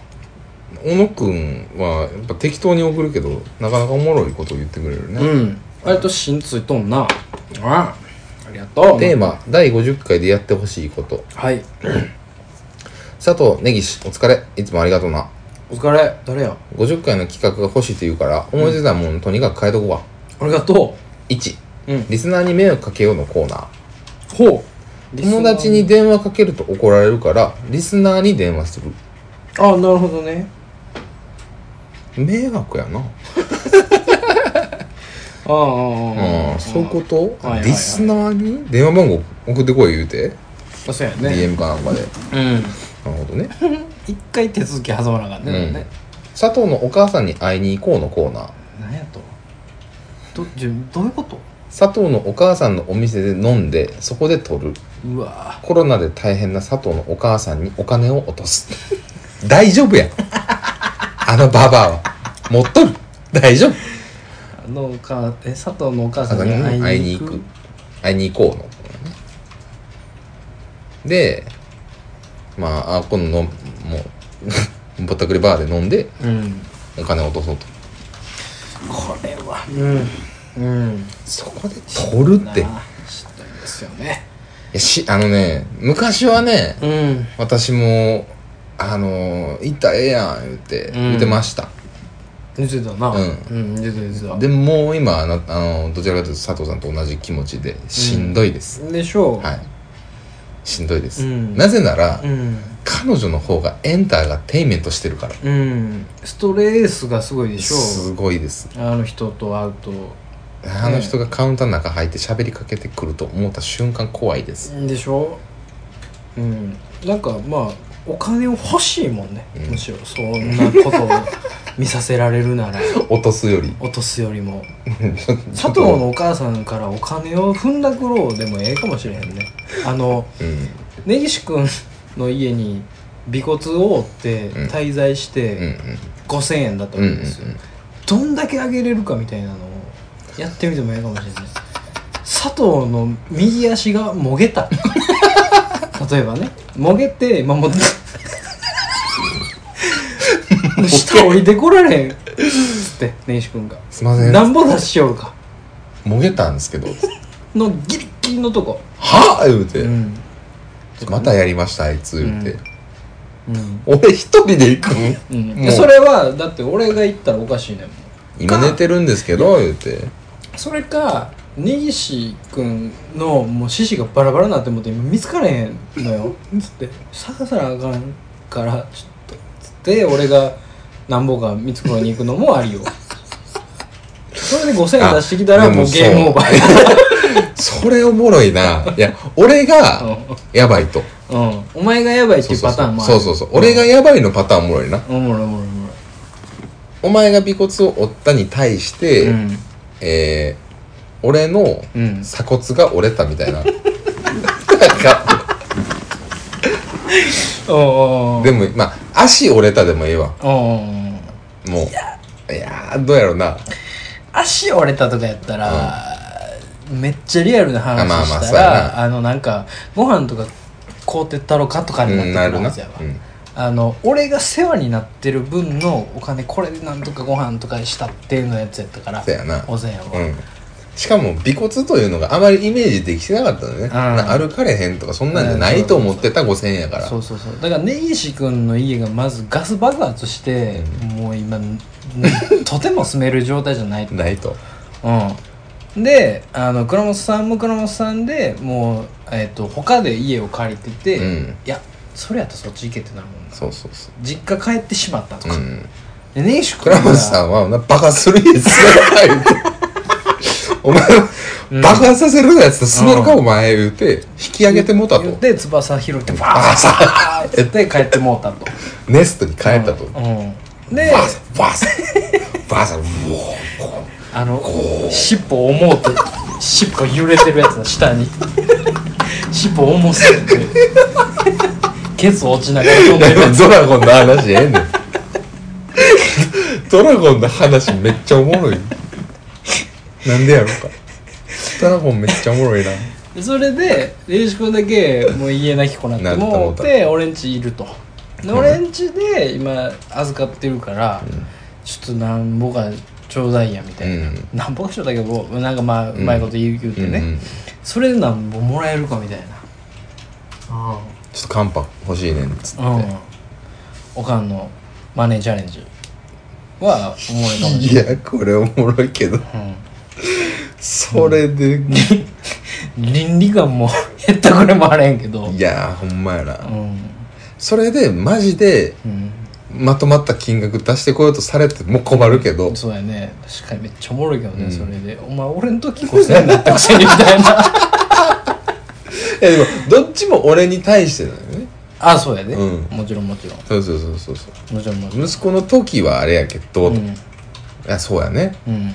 [SPEAKER 1] 小野くんはやっぱ適当に送るけどなかなかおもろいことを言ってくれる
[SPEAKER 2] う
[SPEAKER 1] ね、
[SPEAKER 2] ん割と心ついとんなあありがとう
[SPEAKER 1] テーマ第50回でやってほしいこと
[SPEAKER 2] はい
[SPEAKER 1] 佐藤根岸お疲れいつもありがとうな
[SPEAKER 2] お疲れ誰や
[SPEAKER 1] 50回の企画が欲しいと言うから思いついたもんとにかく変えとこうわ
[SPEAKER 2] ありがと
[SPEAKER 1] 1
[SPEAKER 2] ううん
[SPEAKER 1] リスナーに迷惑かけようのコーナー
[SPEAKER 2] ほう
[SPEAKER 1] 友達に電話かけると怒られるからリスナーに電話する
[SPEAKER 2] あなるほどね
[SPEAKER 1] 迷惑やな
[SPEAKER 2] ああああ
[SPEAKER 1] うんそういうこと
[SPEAKER 2] はいはいはい
[SPEAKER 1] リスナーに電話番号送ってこい言うて
[SPEAKER 2] とそうやね
[SPEAKER 1] DM かなんかで
[SPEAKER 2] うん
[SPEAKER 1] な るほどね
[SPEAKER 2] 一回手続き挟まなあかん
[SPEAKER 1] うん
[SPEAKER 2] ね、だからね
[SPEAKER 1] 佐藤のお母さんに会いに行こうのコーナー
[SPEAKER 2] 何やとどじゃどういうこと
[SPEAKER 1] 佐藤のお母さんのお店で飲んでそこで撮る
[SPEAKER 2] うわ
[SPEAKER 1] コロナで大変な佐藤のお母さんにお金を落とす大丈夫やあのババアは持っとる大丈夫
[SPEAKER 2] あのおかえ佐藤のお母さ
[SPEAKER 1] 佐
[SPEAKER 2] ん
[SPEAKER 1] 藤
[SPEAKER 2] に
[SPEAKER 1] に
[SPEAKER 2] 会
[SPEAKER 1] 会い
[SPEAKER 2] いに
[SPEAKER 1] に
[SPEAKER 2] 行
[SPEAKER 1] 行
[SPEAKER 2] く
[SPEAKER 1] く会いに行こうのでまああこののもう ぼったくりバーで飲んで
[SPEAKER 2] うん
[SPEAKER 1] お金を落とそうと
[SPEAKER 2] これはうんうん
[SPEAKER 1] そこで取るってい
[SPEAKER 2] なあ知ったんですよね
[SPEAKER 1] やしあのね昔はね
[SPEAKER 2] うん
[SPEAKER 1] 私もあの行ったらええやん言って
[SPEAKER 2] ん
[SPEAKER 1] 言ってました、
[SPEAKER 2] 出てたな
[SPEAKER 1] うん
[SPEAKER 2] うん出てた出てた
[SPEAKER 1] でももう今あのあのどちらかというと佐藤さんと同じ気持ちでしんどいです、
[SPEAKER 2] でしょう、
[SPEAKER 1] はいしんどいです、
[SPEAKER 2] うん
[SPEAKER 1] なぜなら、
[SPEAKER 2] うん
[SPEAKER 1] 彼女の方がエンターがテイメントしてるから
[SPEAKER 2] うんストレースがすごいでし
[SPEAKER 1] す
[SPEAKER 2] ょ
[SPEAKER 1] ごいです
[SPEAKER 2] あの人と会うと
[SPEAKER 1] あの人がカウンターの中入って喋りかけてくると思った瞬間怖いです、
[SPEAKER 2] でしょうんなんかまあお金を欲しいもんね、
[SPEAKER 1] うん
[SPEAKER 2] むしろそんなことを見させられるな ら
[SPEAKER 1] 落とすより
[SPEAKER 2] 落とすよ りも
[SPEAKER 1] ちょっと
[SPEAKER 2] 佐藤のお母さんからお金を踏んだくろうでもええかもしれへんねあの
[SPEAKER 1] うん
[SPEAKER 2] 根岸君の家に尾骨を折って
[SPEAKER 1] うん
[SPEAKER 2] 滞在し
[SPEAKER 1] うん
[SPEAKER 2] て5,000円だった
[SPEAKER 1] うん
[SPEAKER 2] わ
[SPEAKER 1] う
[SPEAKER 2] け
[SPEAKER 1] んうん
[SPEAKER 2] ですよ、どんだけ上げれるかみたいなのをやってみてもええかもしれない佐藤の右足がも げた例えばねもげてまあもうもう下降りてこら れへんっつって根岸君が
[SPEAKER 1] すいません
[SPEAKER 2] なんぼ出しよるか
[SPEAKER 1] もげたんですけど
[SPEAKER 2] のギリギリのとこ、
[SPEAKER 1] 「はあ!」言うて、
[SPEAKER 2] うん
[SPEAKER 1] またやりましたあいつ」言うて、
[SPEAKER 2] うん
[SPEAKER 1] 俺一人で行く
[SPEAKER 2] うん
[SPEAKER 1] もう
[SPEAKER 2] それはだって俺が言ったらおかしいねんもん
[SPEAKER 1] 今寝てるんですけど言うて
[SPEAKER 2] それか根岸君のもう獅子がバラバラになってもって今見つかれへん のよつって探さなあかんからちょっとつって俺がなんぼか見つこに行くのもあ りよそれで5000円出してきたら
[SPEAKER 1] あでも
[SPEAKER 2] もうゲームオーバ
[SPEAKER 1] それおもろいないや俺 が
[SPEAKER 2] ー
[SPEAKER 1] やばいと
[SPEAKER 2] うん、うん、お前がやばいっ
[SPEAKER 1] そう
[SPEAKER 2] ていう
[SPEAKER 1] そう
[SPEAKER 2] パターンもある
[SPEAKER 1] そうそうそう俺がやばいのパターンおもろいな
[SPEAKER 2] おもろいおもろいおもろい
[SPEAKER 1] お前が尾骨を折ったに対して、
[SPEAKER 2] うん
[SPEAKER 1] えー、俺の
[SPEAKER 2] うん
[SPEAKER 1] 鎖骨が折れたみたいななんか
[SPEAKER 2] おうおうおう
[SPEAKER 1] でもまあ足折れたでもええわ
[SPEAKER 2] おうおうおう
[SPEAKER 1] もういやーどうやろうな
[SPEAKER 2] 足折れたとかやったら、めっちゃリアルな話
[SPEAKER 1] あまあまあ
[SPEAKER 2] した
[SPEAKER 1] そう
[SPEAKER 2] ら、
[SPEAKER 1] や
[SPEAKER 2] あ
[SPEAKER 1] な
[SPEAKER 2] のなんかご飯とか買うてったろかとか
[SPEAKER 1] う
[SPEAKER 2] になって
[SPEAKER 1] ん
[SPEAKER 2] く
[SPEAKER 1] な
[SPEAKER 2] る
[SPEAKER 1] る
[SPEAKER 2] は
[SPEAKER 1] な
[SPEAKER 2] ずやわ、
[SPEAKER 1] うん
[SPEAKER 2] あの俺が世話になってる分のお金これでなんとかご飯とかしたっていうのやつやったから
[SPEAKER 1] そうやな
[SPEAKER 2] お膳やわ、
[SPEAKER 1] うんしかも尾骨というのがあまりイメージできてなかったのね、な歩かれへんとかそんなんじゃないと思ってた5000円やから
[SPEAKER 2] そうそうそうだから根岸君の家がまずガス爆発して、もう今とても住める状態じゃない
[SPEAKER 1] ないと
[SPEAKER 2] うん、であの倉本さんも倉本さんでもう、えっと他で家を借りてて、
[SPEAKER 1] うん
[SPEAKER 2] いやそれやったらそっち行けってなるもんな
[SPEAKER 1] そうそうそう
[SPEAKER 2] 実家帰ってしまったと
[SPEAKER 1] う
[SPEAKER 2] か、
[SPEAKER 1] ん
[SPEAKER 2] でねえし
[SPEAKER 1] 倉本さんはバカするやつやな言うてお前
[SPEAKER 2] うん
[SPEAKER 1] バカさせるやつと進めるかお前言うて引き上げてもうたと
[SPEAKER 2] で翼広いてバ
[SPEAKER 1] バサ
[SPEAKER 2] ーッって帰ってもうたと
[SPEAKER 1] ネストに帰ったと
[SPEAKER 2] うん、で
[SPEAKER 1] バサバサバサうおー
[SPEAKER 2] あの尻尾重うて尻尾揺れてるやつの 下に尻尾重すぎてケツ落ちながら飛んでるやつ
[SPEAKER 1] ドラゴンの話ええねん ドラゴンの話めっちゃおもろいなんでやろうかドラゴンめっちゃおもろいな
[SPEAKER 2] でそれで龍二君だけもう家なき子になって
[SPEAKER 1] なって
[SPEAKER 2] も
[SPEAKER 1] もう
[SPEAKER 2] う
[SPEAKER 1] た
[SPEAKER 2] て俺んちいるとで俺んちで今預かってるから、ちょっとなんぼかちょうだいやみたいな、
[SPEAKER 1] うん
[SPEAKER 2] なんぼかちょうだいけどなんかまあうまいこと言う,、言うてね、
[SPEAKER 1] うんうん
[SPEAKER 2] それでなんぼもらえるかみたいなあ
[SPEAKER 1] ちょっとカンパ欲しいねんっつって
[SPEAKER 2] あうんおかんのマネーチャレンジはおもろいかもし
[SPEAKER 1] い
[SPEAKER 2] れ
[SPEAKER 1] やこれおもろいけど
[SPEAKER 2] ない、うん
[SPEAKER 1] それで、
[SPEAKER 2] 倫理観も へったくれもあれへんけど
[SPEAKER 1] いやーほんまやな、
[SPEAKER 2] うん
[SPEAKER 1] それでマジで
[SPEAKER 2] うん
[SPEAKER 1] まとまった金額出してこようとされても困るけど
[SPEAKER 2] そうやね確かにめっちゃおもろいけどね、
[SPEAKER 1] うん
[SPEAKER 2] それでお前俺の時5000円だったくせにみたいな
[SPEAKER 1] えでもどっちも俺に対してだよね
[SPEAKER 2] あそうやね、
[SPEAKER 1] う
[SPEAKER 2] もちろんもちろん
[SPEAKER 1] そうそうそうそうそう
[SPEAKER 2] もちろんもちろん
[SPEAKER 1] 息子の時はあれやけど、
[SPEAKER 2] う
[SPEAKER 1] い
[SPEAKER 2] ん
[SPEAKER 1] やそうやね
[SPEAKER 2] うん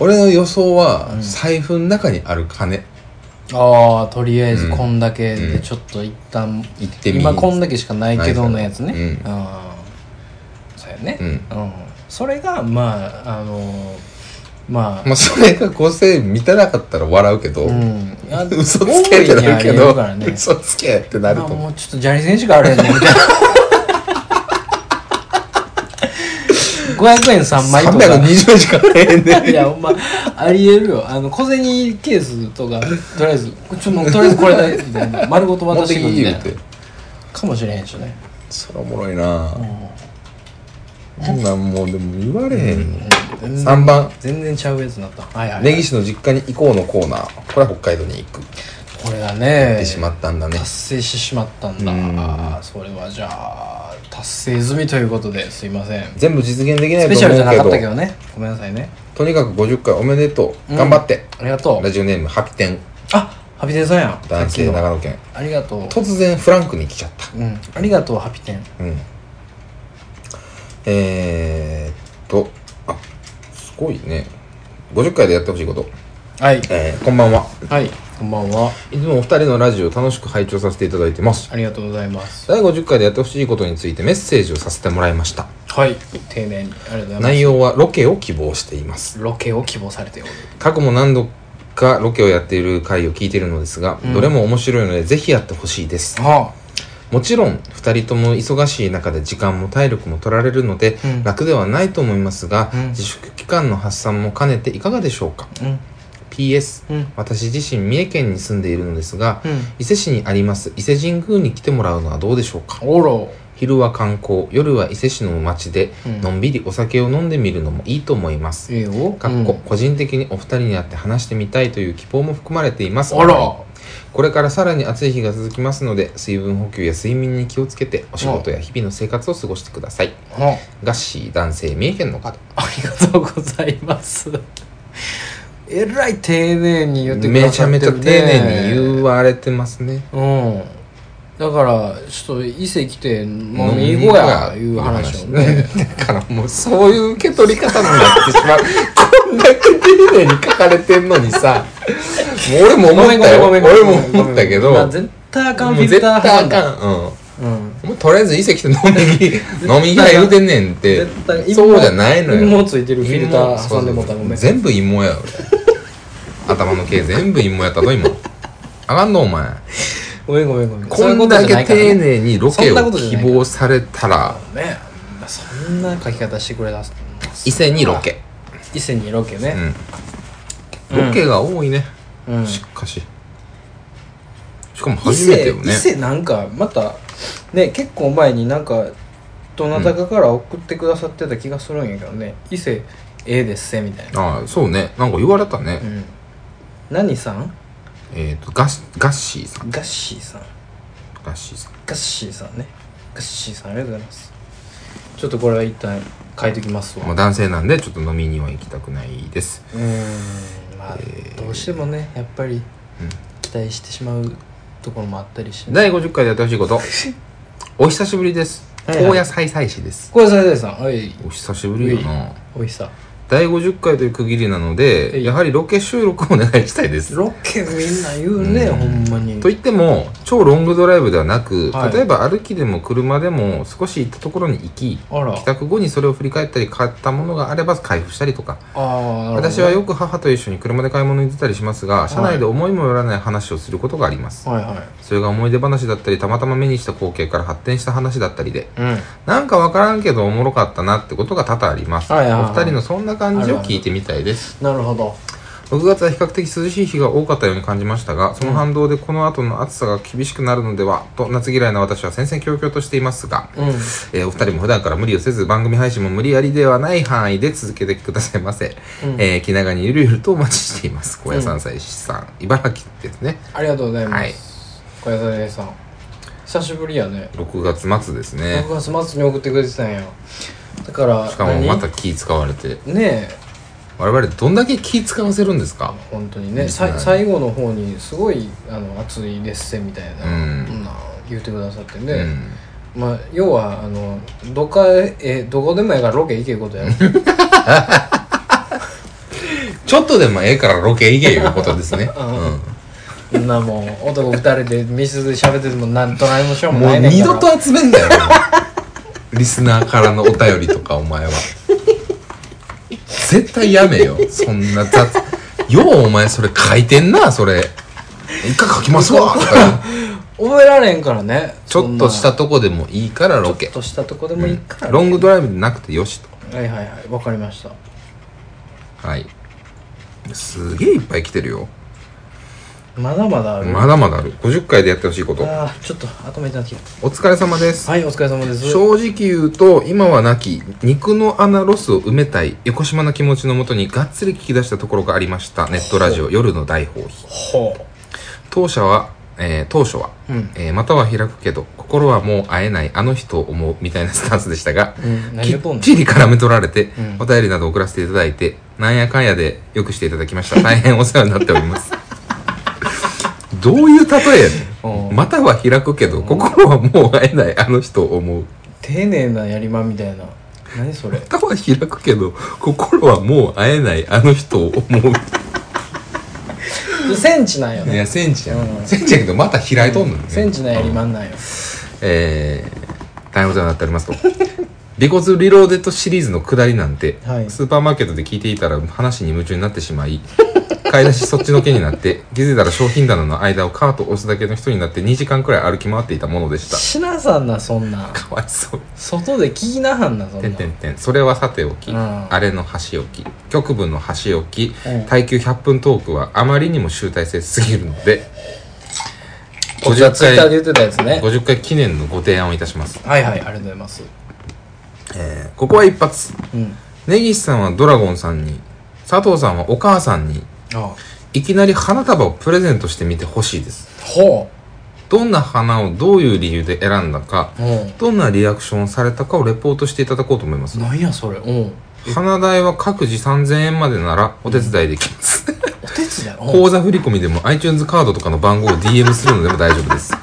[SPEAKER 1] 俺の予想は、
[SPEAKER 2] うん
[SPEAKER 1] 財布の中にある金
[SPEAKER 2] ああとりあえず
[SPEAKER 1] うん
[SPEAKER 2] こんだけ
[SPEAKER 1] う
[SPEAKER 2] で
[SPEAKER 1] ん
[SPEAKER 2] ちょっと一旦
[SPEAKER 1] 行ってみ
[SPEAKER 2] 今こんだけしかないけどのやつ
[SPEAKER 1] な
[SPEAKER 2] ね
[SPEAKER 1] いか
[SPEAKER 2] ああそうやね
[SPEAKER 1] うん
[SPEAKER 2] うんそれがまああの
[SPEAKER 1] ま
[SPEAKER 2] まあ
[SPEAKER 1] あそれが5000円満たなかったら笑うけど、
[SPEAKER 2] うんあ
[SPEAKER 1] 嘘つけってなるけ
[SPEAKER 2] 大いにありえ
[SPEAKER 1] ど
[SPEAKER 2] るからね
[SPEAKER 1] 嘘つけってなると
[SPEAKER 2] あ
[SPEAKER 1] 思
[SPEAKER 2] もうちょっと砂利選手があれやね みたいな500円3枚とか
[SPEAKER 1] 320円しかないねん
[SPEAKER 2] いやほんまありえるよあの小銭ケースとかとりあえずこちょっととりあえずこれだみたいな丸ごと
[SPEAKER 1] 持
[SPEAKER 2] 渡
[SPEAKER 1] っ
[SPEAKER 2] して
[SPEAKER 1] て
[SPEAKER 2] くる
[SPEAKER 1] き
[SPEAKER 2] みた
[SPEAKER 1] 言
[SPEAKER 2] いう
[SPEAKER 1] て
[SPEAKER 2] なかもしれへんしね
[SPEAKER 1] それおもろいな
[SPEAKER 2] うん
[SPEAKER 1] そんなんもうでも言われへんもん
[SPEAKER 2] 全然
[SPEAKER 1] 3番
[SPEAKER 2] 全然ちゃうやつになったはいはい、
[SPEAKER 1] 根岸の実家に行こうのコーナーこれは北海道に行く行
[SPEAKER 2] これがね
[SPEAKER 1] ってしまったんだね
[SPEAKER 2] 達成してしまったんだ
[SPEAKER 1] うん
[SPEAKER 2] あーそれはじゃあ達成済みということですいません
[SPEAKER 1] 全部実現できな
[SPEAKER 2] ス
[SPEAKER 1] い
[SPEAKER 2] ペシ
[SPEAKER 1] と
[SPEAKER 2] ャルじゃなか
[SPEAKER 1] 思
[SPEAKER 2] っ
[SPEAKER 1] う
[SPEAKER 2] た
[SPEAKER 1] け
[SPEAKER 2] け
[SPEAKER 1] ど
[SPEAKER 2] どねごめんなさいね
[SPEAKER 1] とにかく50回おめでとう
[SPEAKER 2] うん
[SPEAKER 1] 頑張って
[SPEAKER 2] ありがと
[SPEAKER 1] ラ
[SPEAKER 2] う
[SPEAKER 1] ジオネームハピテン
[SPEAKER 2] あハピテンさんやん
[SPEAKER 1] 男性
[SPEAKER 2] さっきの
[SPEAKER 1] 長野県
[SPEAKER 2] ありがとう
[SPEAKER 1] 突然フランクに来ちゃった
[SPEAKER 2] うんありがとうハピテン
[SPEAKER 1] うんえー、っとあすごいね50回でやってほしいこと、
[SPEAKER 2] はい
[SPEAKER 1] えー、こんばんは
[SPEAKER 2] はいこんばんはい
[SPEAKER 1] つもお二人のラジオを楽しく拝聴させていただいてます
[SPEAKER 2] ありがとうございます
[SPEAKER 1] 第50回でやってほしいことについてメッセージをさせてもらいました
[SPEAKER 2] はい丁寧にありがとうございます
[SPEAKER 1] 内容はロケを希望しています
[SPEAKER 2] ロケを希望されておる
[SPEAKER 1] 過去も何度かロケをやっている回を聞いているのですが、
[SPEAKER 2] うん
[SPEAKER 1] どれも面白いのでぜひやってほしいです
[SPEAKER 2] は
[SPEAKER 1] もちろん2人とも忙しい中で時間も体力も取られるので、
[SPEAKER 2] うん
[SPEAKER 1] 楽ではないと思いますが、
[SPEAKER 2] うん
[SPEAKER 1] 自粛期間の発散も兼ねていかがでしょうか
[SPEAKER 2] あうん
[SPEAKER 1] PS
[SPEAKER 2] うん
[SPEAKER 1] 私自身三重県に住んでいるのですが、
[SPEAKER 2] うん
[SPEAKER 1] 伊勢市にあります伊勢神宮に来てもらうのはどうでしょうか
[SPEAKER 2] おろ
[SPEAKER 1] 昼は観光夜は伊勢市の町で
[SPEAKER 2] うん
[SPEAKER 1] のんびりお酒を飲んでみるのもいいと思います、
[SPEAKER 2] ええよ
[SPEAKER 1] かっこ個人的にお二人に会って話してみたいという希望も含まれています
[SPEAKER 2] うんあら
[SPEAKER 1] これからさらに暑い日が続きますので水分補給や睡眠に気をつけてお仕事や日々の生活を過ごしてください
[SPEAKER 2] は
[SPEAKER 1] ガッシー男性三重県の方
[SPEAKER 2] ありがとうございます。えらい丁寧に言ってくだ
[SPEAKER 1] めち
[SPEAKER 2] さ
[SPEAKER 1] ゃ
[SPEAKER 2] って
[SPEAKER 1] めちゃ
[SPEAKER 2] る、
[SPEAKER 1] 丁
[SPEAKER 2] ね、
[SPEAKER 1] 寧に言われてますね
[SPEAKER 2] う。ん。だから、ちょっと伊勢来て飲み行こうや、いう話をね。
[SPEAKER 1] だからもうそういう受け取り方になってしまうこんだけ丁寧に書かれてんのにさもう俺も思ったよ俺も思ったけど
[SPEAKER 2] まあ絶対あかん、
[SPEAKER 1] もう絶対あ
[SPEAKER 2] フィルター
[SPEAKER 1] かんうん
[SPEAKER 2] 派だうん。
[SPEAKER 1] お前とりあえず遺跡と飲みに飲み が言うてんねんって
[SPEAKER 2] 絶対
[SPEAKER 1] そうじゃないのよ
[SPEAKER 2] 芋ついてるフィルタ
[SPEAKER 1] 芋
[SPEAKER 2] ー挟んでもうたらごめん。
[SPEAKER 1] 全部芋や俺頭の毛全部芋やったぞ今あかんのお前
[SPEAKER 2] ごめんごめんごめん。
[SPEAKER 1] こんだけ丁寧
[SPEAKER 2] ね。
[SPEAKER 1] にロケ
[SPEAKER 2] そんな
[SPEAKER 1] を
[SPEAKER 2] ことじゃ
[SPEAKER 1] 希
[SPEAKER 2] ないから
[SPEAKER 1] 望されたら
[SPEAKER 2] ねそんな書き方してくれたんです
[SPEAKER 1] 伊勢にロ。ケ
[SPEAKER 2] 伊勢にロケね。
[SPEAKER 1] うんロケが多いね
[SPEAKER 2] うん
[SPEAKER 1] しかししかも初めてよ
[SPEAKER 2] 伊
[SPEAKER 1] ね
[SPEAKER 2] 勢伊勢なんかまたね結構前になんかどなたかから送ってくださってた気がするんやけどね、伊勢ええですせみたいな、
[SPEAKER 1] ああそうねなんか言われた
[SPEAKER 2] う
[SPEAKER 1] ね
[SPEAKER 2] ん、何さん
[SPEAKER 1] えっとガッガッシーさん
[SPEAKER 2] ガッシーさん
[SPEAKER 1] ガッシーさん
[SPEAKER 2] ガッシーさんねガッシーさんありがとうございますちょっとこれは一旦書いときますわ、
[SPEAKER 1] まあ男性なんでちょっと飲みには行きたくないです
[SPEAKER 2] うーんまあどうしてもねやっぱり
[SPEAKER 1] うん
[SPEAKER 2] 期待してしまうところもあったりして、ね、
[SPEAKER 1] 第50回でやってほしいこと お久しぶりです
[SPEAKER 2] はいはい
[SPEAKER 1] 高野菜菜師です
[SPEAKER 2] 小林先生さんはい
[SPEAKER 1] お久しぶりよな
[SPEAKER 2] おいさ
[SPEAKER 1] 第50回という区切りなの
[SPEAKER 2] え
[SPEAKER 1] で
[SPEAKER 2] い
[SPEAKER 1] やはりロケ収録をお願いしたいです
[SPEAKER 2] ロケみんな言うね、
[SPEAKER 1] うん
[SPEAKER 2] ほんまに
[SPEAKER 1] といっても超ロングドライブではなく、
[SPEAKER 2] はい
[SPEAKER 1] 例えば歩きでも車でも少し行ったところに行き
[SPEAKER 2] あら
[SPEAKER 1] 帰宅後にそれを振り返ったり買ったものがあれば開封したりとか
[SPEAKER 2] ああ
[SPEAKER 1] 私はよく母と一緒に車で買い物に出たりしますが車内で思いもよらない話をすることがあります、
[SPEAKER 2] はいはい
[SPEAKER 1] それが思い出話だったりたまたま目にした光景から発展した話だったりで
[SPEAKER 2] うん
[SPEAKER 1] なんかわからんけどおもろかったなってことが多々あります、
[SPEAKER 2] はいはいはい
[SPEAKER 1] お二人のそんな感じを聞いてみたいです
[SPEAKER 2] なるほど
[SPEAKER 1] 6月は比較的涼しい日が多かったように感じましたがその反動でこの後の暑さが厳しくなるのではと夏嫌いな私は戦々恐々としていますが、
[SPEAKER 2] うん
[SPEAKER 1] えーお二人も普段から無理をせず番組配信も無理やりではない範囲で続けてくださいませ、
[SPEAKER 2] うん
[SPEAKER 1] えー気長にゆるゆるとお待ちしています高野山菜師さん、茨城ですね
[SPEAKER 2] ありがとうございま
[SPEAKER 1] はい
[SPEAKER 2] す小屋さんさん久しぶりやね
[SPEAKER 1] 6月末ですね
[SPEAKER 2] 6月末に送ってくれてたんやだから
[SPEAKER 1] しかも
[SPEAKER 2] 何
[SPEAKER 1] また気使われて
[SPEAKER 2] ねえ
[SPEAKER 1] 我々どんだけ気使わせるんですか
[SPEAKER 2] 本当にね、
[SPEAKER 1] う
[SPEAKER 2] さ
[SPEAKER 1] ん
[SPEAKER 2] 最後の方にすごいあの熱いレッスンみたいな、
[SPEAKER 1] うん
[SPEAKER 2] な言ってくださって
[SPEAKER 1] う
[SPEAKER 2] ね、
[SPEAKER 1] ん
[SPEAKER 2] まあ要はあのどっかえどこでもやからロケ行けいうことやろ
[SPEAKER 1] ちょっとでもええからロケ行けいうことですね、うん
[SPEAKER 2] そんなもう男二人で密室で喋っててもなんと何もしようも
[SPEAKER 1] も
[SPEAKER 2] な
[SPEAKER 1] う
[SPEAKER 2] いねん
[SPEAKER 1] 二
[SPEAKER 2] から
[SPEAKER 1] 度と集めんだよリスナーからのお便りとかお前は絶対やめよそんな雑ようお前それ書いてんなそれ一回書きますわとか
[SPEAKER 2] 覚えられんからね
[SPEAKER 1] ちょっとし
[SPEAKER 2] そん
[SPEAKER 1] た
[SPEAKER 2] な
[SPEAKER 1] とこでもいいからロ
[SPEAKER 2] ちょ
[SPEAKER 1] ケ
[SPEAKER 2] っとしたとこでもいいから、
[SPEAKER 1] ロングドライブでなくてよしと
[SPEAKER 2] はいはいはいわかりました
[SPEAKER 1] はいすげえいっぱい来てるよ
[SPEAKER 2] まだまだある、
[SPEAKER 1] まだまだある50回でやってほしいこと
[SPEAKER 2] あーちょっと頭痛なってきた
[SPEAKER 1] お疲れ様です
[SPEAKER 2] はいお疲れ様です
[SPEAKER 1] 正直言うと今はなき肉の穴ロスを埋めたい横島な気持ちのもとにがっつり聞き出したところがありましたネットラジオ「夜の大放棄
[SPEAKER 2] ほ」
[SPEAKER 1] 当社は、えー当初は、
[SPEAKER 2] ううん
[SPEAKER 1] えーまたは開くけど心はもう会えないあの人を思うみたいなスタンスでしたが、
[SPEAKER 2] うん何
[SPEAKER 1] き
[SPEAKER 2] で
[SPEAKER 1] っ
[SPEAKER 2] ポン
[SPEAKER 1] ちり絡め取られて、
[SPEAKER 2] うん
[SPEAKER 1] お便りなど送らせていただいてなんやかんやでよくしていただきました大変お世話になっております どういう例えやね
[SPEAKER 2] うんん
[SPEAKER 1] または開くけど心はもう会えないあの人を思う
[SPEAKER 2] 丁寧なやりまみたいな何それ
[SPEAKER 1] 頭開くけど心はもう会えないあの人を思う
[SPEAKER 2] センチなんよ
[SPEAKER 1] い
[SPEAKER 2] ね
[SPEAKER 1] やセンチやな、
[SPEAKER 2] うん
[SPEAKER 1] センチやけどまた開いとんのね、
[SPEAKER 2] センチなんやりまんなんよ
[SPEAKER 1] えー、大変お世話になっておりますと 尾骨リローデッドシリーズの下りなんて、
[SPEAKER 2] はい
[SPEAKER 1] スーパーマーケットで聞いていたら話に夢中になってしまい 買い出しそっちのけになって気づいたら商品棚の間をカート押すだけの人になって2時間くらい歩き回っていたものでした
[SPEAKER 2] しなさんなそんな
[SPEAKER 1] かわいそう
[SPEAKER 2] 外で聞きなはんなそん
[SPEAKER 1] て
[SPEAKER 2] なん
[SPEAKER 1] てんてんそれはさておき、
[SPEAKER 2] うん
[SPEAKER 1] あれの箸置き局部の箸置き、
[SPEAKER 2] うん
[SPEAKER 1] 耐久100分トークはあまりにも集大成すぎるので
[SPEAKER 2] こちら
[SPEAKER 1] 50
[SPEAKER 2] ツイッター
[SPEAKER 1] 回
[SPEAKER 2] で言ってたやつね
[SPEAKER 1] 50回記念のご提案をいたします、
[SPEAKER 2] はいはいありがとうございます
[SPEAKER 1] えーここは一発
[SPEAKER 2] うん
[SPEAKER 1] 根岸さんはドラゴンさんに佐藤さんはお母さんに
[SPEAKER 2] あ
[SPEAKER 1] いきなり花束をプレゼントしてみてほしいです
[SPEAKER 2] ほ
[SPEAKER 1] どんな花をどういう理由で選んだか
[SPEAKER 2] うう
[SPEAKER 1] どんなリアクションをされたかをレポートしていただこうと思います
[SPEAKER 2] んなんやそれうん
[SPEAKER 1] 花代は各自3000円までならお手伝いできます
[SPEAKER 2] お手伝いうん
[SPEAKER 1] 口座振り込みでも iTunes カードとかの番号を DM するのでも大丈夫です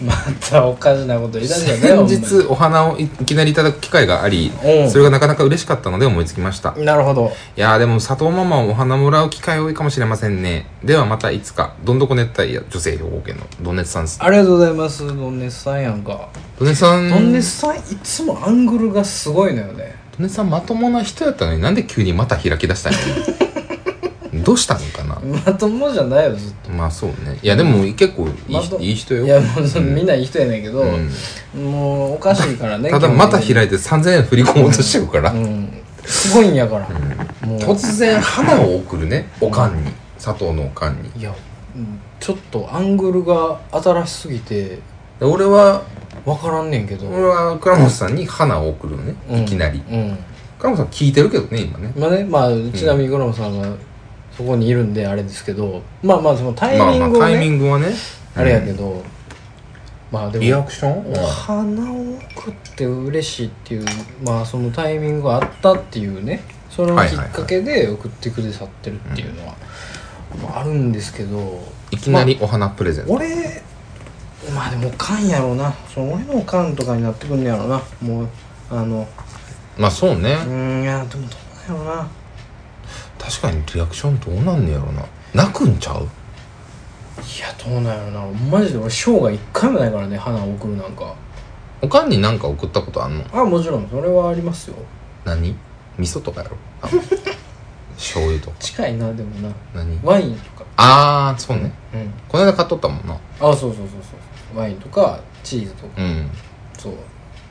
[SPEAKER 2] またおかしなこと言い出すよねほん
[SPEAKER 1] 先
[SPEAKER 2] まに
[SPEAKER 1] 日お花をいきなりいただく機会があり
[SPEAKER 2] うん
[SPEAKER 1] それがなかなか嬉しかったので思いつきましたい
[SPEAKER 2] なるほど
[SPEAKER 1] やーでも佐藤ママはお花もらう機会多いかもしれませんねではまたいつかどんどこ熱帯夜女性兵庫県のドンネツさんです
[SPEAKER 2] ありがとうございますドンネスさんやんか
[SPEAKER 1] ドンネツさん
[SPEAKER 2] ドンネスさんいつもアングルがすごいのよね
[SPEAKER 1] ドンネツさんまともな人やったのになんで急にまた開き出したんや ろどうしたのかな
[SPEAKER 2] まともじゃないよずっと
[SPEAKER 1] まあそうねいやでも結構いい,、
[SPEAKER 2] まと
[SPEAKER 1] いい人よ
[SPEAKER 2] いやもうそのみんないい人やねんけど、
[SPEAKER 1] うん
[SPEAKER 2] もうおかしいからね
[SPEAKER 1] ただまた
[SPEAKER 2] い
[SPEAKER 1] 開いて3000円振り込もうとしてるから、
[SPEAKER 2] うんすごいんやから、もう
[SPEAKER 1] 突然花を送るねおかんに佐藤のおかんに
[SPEAKER 2] いやうんちょっとアングルが新しすぎて
[SPEAKER 1] で俺は
[SPEAKER 2] 分からんねんけど、
[SPEAKER 1] 俺は倉本さんに花を送るのね、
[SPEAKER 2] うん
[SPEAKER 1] いきなり
[SPEAKER 2] うん
[SPEAKER 1] 倉本さん聞いてるけどね今ね
[SPEAKER 2] まあねまあちなみにグラムさんがそこにいるんであれですけどまあまあそのタイミングを
[SPEAKER 1] まあまあタイミ
[SPEAKER 2] ね
[SPEAKER 1] ングはね
[SPEAKER 2] あれやけ
[SPEAKER 1] ど、
[SPEAKER 2] ど、まあ
[SPEAKER 1] う
[SPEAKER 2] で
[SPEAKER 1] ん
[SPEAKER 2] も
[SPEAKER 1] リアクション
[SPEAKER 2] お花を送って嬉しいっていうまあそのタイミングがあったっていうねそのきっかけで送ってくださってるっていうのは、まああるんですけど
[SPEAKER 1] いきなりお花プレゼント、
[SPEAKER 2] 俺まあでもおかんやろうなその俺のおかんとかになってくんねやろうなもうあの
[SPEAKER 1] まあそうね
[SPEAKER 2] うーんいやでもどうなんやだよな
[SPEAKER 1] 確かにリアクションどうなんねやろな泣くんちゃう
[SPEAKER 2] いやどうなんやろなマジで俺生涯一回もないからね花を送るなんか
[SPEAKER 1] おかんに何か送ったことあんの
[SPEAKER 2] あもちろんそれはありますよ
[SPEAKER 1] 何味噌とかやろ あの醤油とか
[SPEAKER 2] 近いなでもな
[SPEAKER 1] 何
[SPEAKER 2] ワインとか
[SPEAKER 1] ああそうね
[SPEAKER 2] うん
[SPEAKER 1] この間買っとったもんな
[SPEAKER 2] あそうそうそうそうワインとかチーズとか
[SPEAKER 1] うん
[SPEAKER 2] そう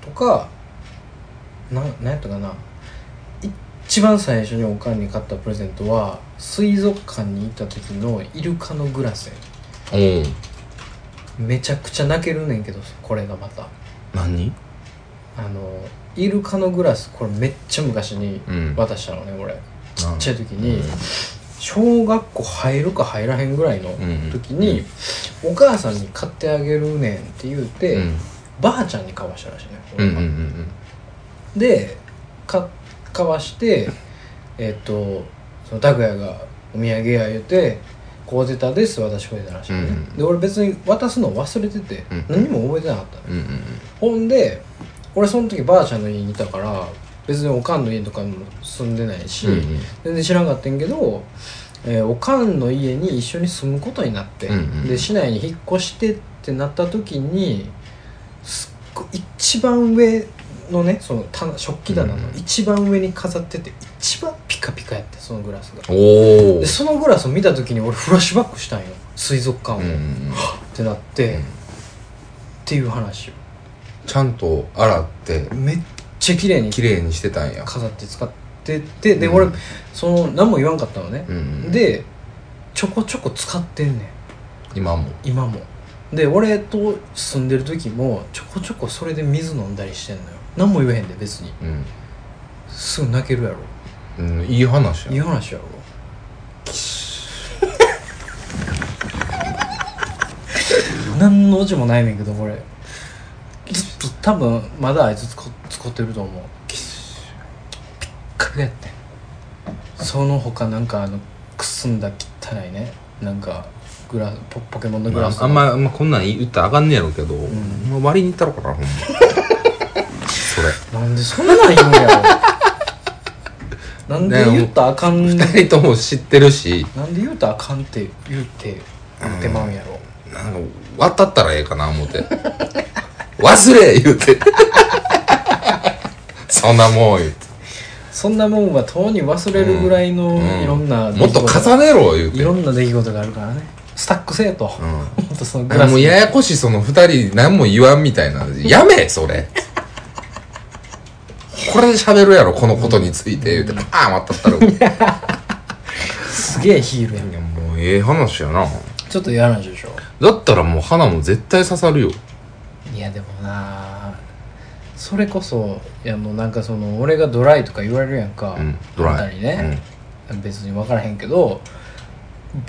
[SPEAKER 2] とかななんやったかな一番最初におかんに買ったプレゼントは水族館に行った時のイルカのグラスや
[SPEAKER 1] おお
[SPEAKER 2] めちゃくちゃ泣けるねんけどこれがまた
[SPEAKER 1] 何
[SPEAKER 2] あのイルカのグラスこれめっちゃ昔に
[SPEAKER 1] うん
[SPEAKER 2] 渡したのね、俺ちっちゃい時
[SPEAKER 1] う
[SPEAKER 2] に
[SPEAKER 1] ん
[SPEAKER 2] 小学校入るか入らへんぐらいの
[SPEAKER 1] ん
[SPEAKER 2] 時に、お母さんに買ってあげるねんって言うて、
[SPEAKER 1] うん
[SPEAKER 2] ばあちゃんに買わしたらしいね
[SPEAKER 1] うん
[SPEAKER 2] 俺
[SPEAKER 1] う
[SPEAKER 2] が
[SPEAKER 1] んうん
[SPEAKER 2] でか買わしてえっとその拓哉がお土産や言うて「こう出たです」私こう出たらしいね、
[SPEAKER 1] うん
[SPEAKER 2] で俺別に渡すの忘れてて、
[SPEAKER 1] うん
[SPEAKER 2] 何も覚えてなかったの
[SPEAKER 1] うんうんうん
[SPEAKER 2] ほんで俺その時ばあちゃんの家にいたから別におかんの家とかにも住んでないし、
[SPEAKER 1] うんうん
[SPEAKER 2] 全然知らんかったんけど、えーおかんの家に一緒に住むことになって、
[SPEAKER 1] うんうん
[SPEAKER 2] で市内に引っ越してってなった時にすっごい一番上のねその棚食器棚の
[SPEAKER 1] うんうん
[SPEAKER 2] 一番上に飾ってて一番ピカピカやってそのグラスが
[SPEAKER 1] おお
[SPEAKER 2] でそのグラスを見た時に俺フラッシュバックしたんよ水族館を、
[SPEAKER 1] うんうんうん
[SPEAKER 2] ってなって、っていう話を
[SPEAKER 1] ちゃんと洗って
[SPEAKER 2] めっちゃ綺麗に
[SPEAKER 1] 綺麗にしてたんや
[SPEAKER 2] 飾って使っててで、
[SPEAKER 1] うん
[SPEAKER 2] 俺その何も言わんかったのね
[SPEAKER 1] う、ん
[SPEAKER 2] でちょこちょこ使ってんねん
[SPEAKER 1] 今も
[SPEAKER 2] 今もで俺と住んでる時もちょこちょこそれで水飲んだりしてんのよ何も言えへんで別に
[SPEAKER 1] うん
[SPEAKER 2] すぐ泣けるやろ
[SPEAKER 1] うんいい話
[SPEAKER 2] いい
[SPEAKER 1] や
[SPEAKER 2] 話やろ 何のオチもないねんけどこれずっと多分まだあいつ使使ってると思うピッカピカやってんその他なんかあのくすんだ汚いねなんかグラポポケモンのグ
[SPEAKER 1] ま
[SPEAKER 2] ラス
[SPEAKER 1] ああんまあんまこんなん言ったらあかんねやろうけどもう割りに行ったろかなほんまそれ
[SPEAKER 2] なんでそんなん言うんやろなんで言ったらあかんなんで
[SPEAKER 1] 二人とも知ってるし
[SPEAKER 2] 言うたらあかんって言うて言ってまうんやろ
[SPEAKER 1] なんか渡ったらええかな思って忘れ言うてそんなもん言うて
[SPEAKER 2] そんなもんはとうに忘れるぐらいの
[SPEAKER 1] うん
[SPEAKER 2] いろんな
[SPEAKER 1] もっと
[SPEAKER 2] 出来事
[SPEAKER 1] 重ねろ言う
[SPEAKER 2] い
[SPEAKER 1] て
[SPEAKER 2] ろんな出来事があるからねスタックせえと、
[SPEAKER 1] うん
[SPEAKER 2] もっとそのグ
[SPEAKER 1] なんか
[SPEAKER 2] ラ
[SPEAKER 1] も
[SPEAKER 2] ス
[SPEAKER 1] うややこしいその二人何も言わんみたいなやめそ れこれで喋るやろこのことについて言うてパーン渡ったらい
[SPEAKER 2] すげえヒールやん
[SPEAKER 1] やもうええ話やな
[SPEAKER 2] ちょっと嫌な話でしょ
[SPEAKER 1] だったらもう花も絶対刺さるよ
[SPEAKER 2] いやでもなあそれこそいやもうなんかその俺がドライとか言われるやんか、
[SPEAKER 1] うんドライ
[SPEAKER 2] あんたにね、別に分からへんけど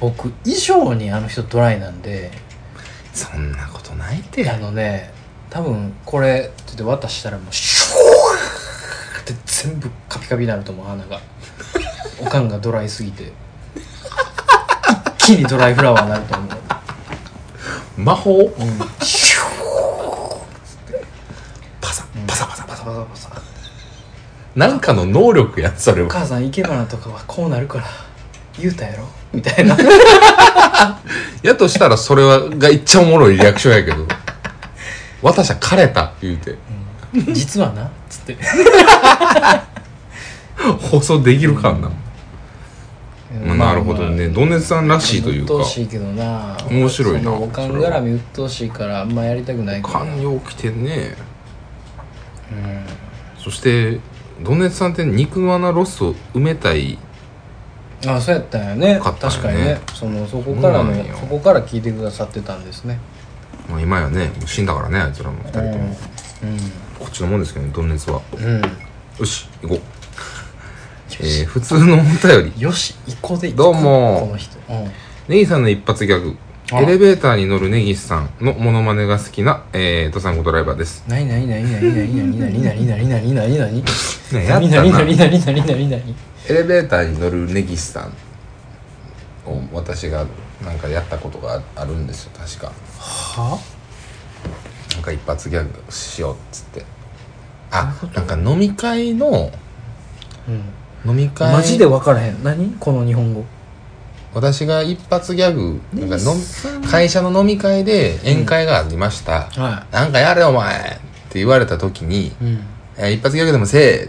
[SPEAKER 2] 僕以上にあの人ドライなんで
[SPEAKER 1] そんなことないって
[SPEAKER 2] あのね多分これちょっと渡したらもうシュワーって全部カピカピになると思う花がおかんがドライすぎて一気にドライフラワーになると思う、
[SPEAKER 1] 魔法
[SPEAKER 2] うん、シュ
[SPEAKER 1] パサパサパサ
[SPEAKER 2] ワーパサパサパサ
[SPEAKER 1] なんかの能力やんそれ
[SPEAKER 2] お
[SPEAKER 1] は
[SPEAKER 2] 母さん生け花とかはこうなるから言うたやろみたいな
[SPEAKER 1] やとしたらそれはがいっちゃおもろいリアクションやけど私は枯れた言うて
[SPEAKER 2] 実はなつって
[SPEAKER 1] 放送できるかんな、まあ、なるほど
[SPEAKER 2] まあ
[SPEAKER 1] ねドネツさんらしいというか
[SPEAKER 2] 鬱陶しいけどな
[SPEAKER 1] 面白いな
[SPEAKER 2] そのおかん
[SPEAKER 1] それは
[SPEAKER 2] 絡み鬱陶しいからあんまやりたくないから
[SPEAKER 1] 寛容きてねそしてドネツさんって肉の穴ロスを埋めたい
[SPEAKER 2] あそうやったんやね
[SPEAKER 1] 買ったんやね
[SPEAKER 2] 確かにねそのそこか
[SPEAKER 1] そ
[SPEAKER 2] ら
[SPEAKER 1] う
[SPEAKER 2] の
[SPEAKER 1] なんよ
[SPEAKER 2] そこから聞いてくださってたんですね
[SPEAKER 1] まあ今やねもう死んだからねあいつらも2人ともこっちのもんですけどねドネツは
[SPEAKER 2] うん、うん
[SPEAKER 1] よし行こうえー、普通のお便り
[SPEAKER 2] よし一個でいく
[SPEAKER 1] どうも
[SPEAKER 2] この人、うん、
[SPEAKER 1] ネギさんの一発ギャグ
[SPEAKER 2] あ
[SPEAKER 1] エレベーターに乗るネギさんのモノマネが好きな、えー、ドサンコドライバーです。
[SPEAKER 2] なになになになになになになになになになになになになに
[SPEAKER 1] ね
[SPEAKER 2] なになになになになになになに
[SPEAKER 1] エレベーターに乗るネギさんを私がなんかやったことがあるんですよ、確か。
[SPEAKER 2] は
[SPEAKER 1] なんか一発ギャグしようっつって。あ、なんか飲み会の
[SPEAKER 2] うん
[SPEAKER 1] 飲み会
[SPEAKER 3] マジで分からへん何この日本語
[SPEAKER 1] 私が一発ギャグなんか
[SPEAKER 3] ね
[SPEAKER 1] の会社の飲み会で宴会がありました、
[SPEAKER 2] は
[SPEAKER 1] なんかやれお前って言われた時に
[SPEAKER 2] い、うん、
[SPEAKER 1] 「え一発ギャグでもせえ」っ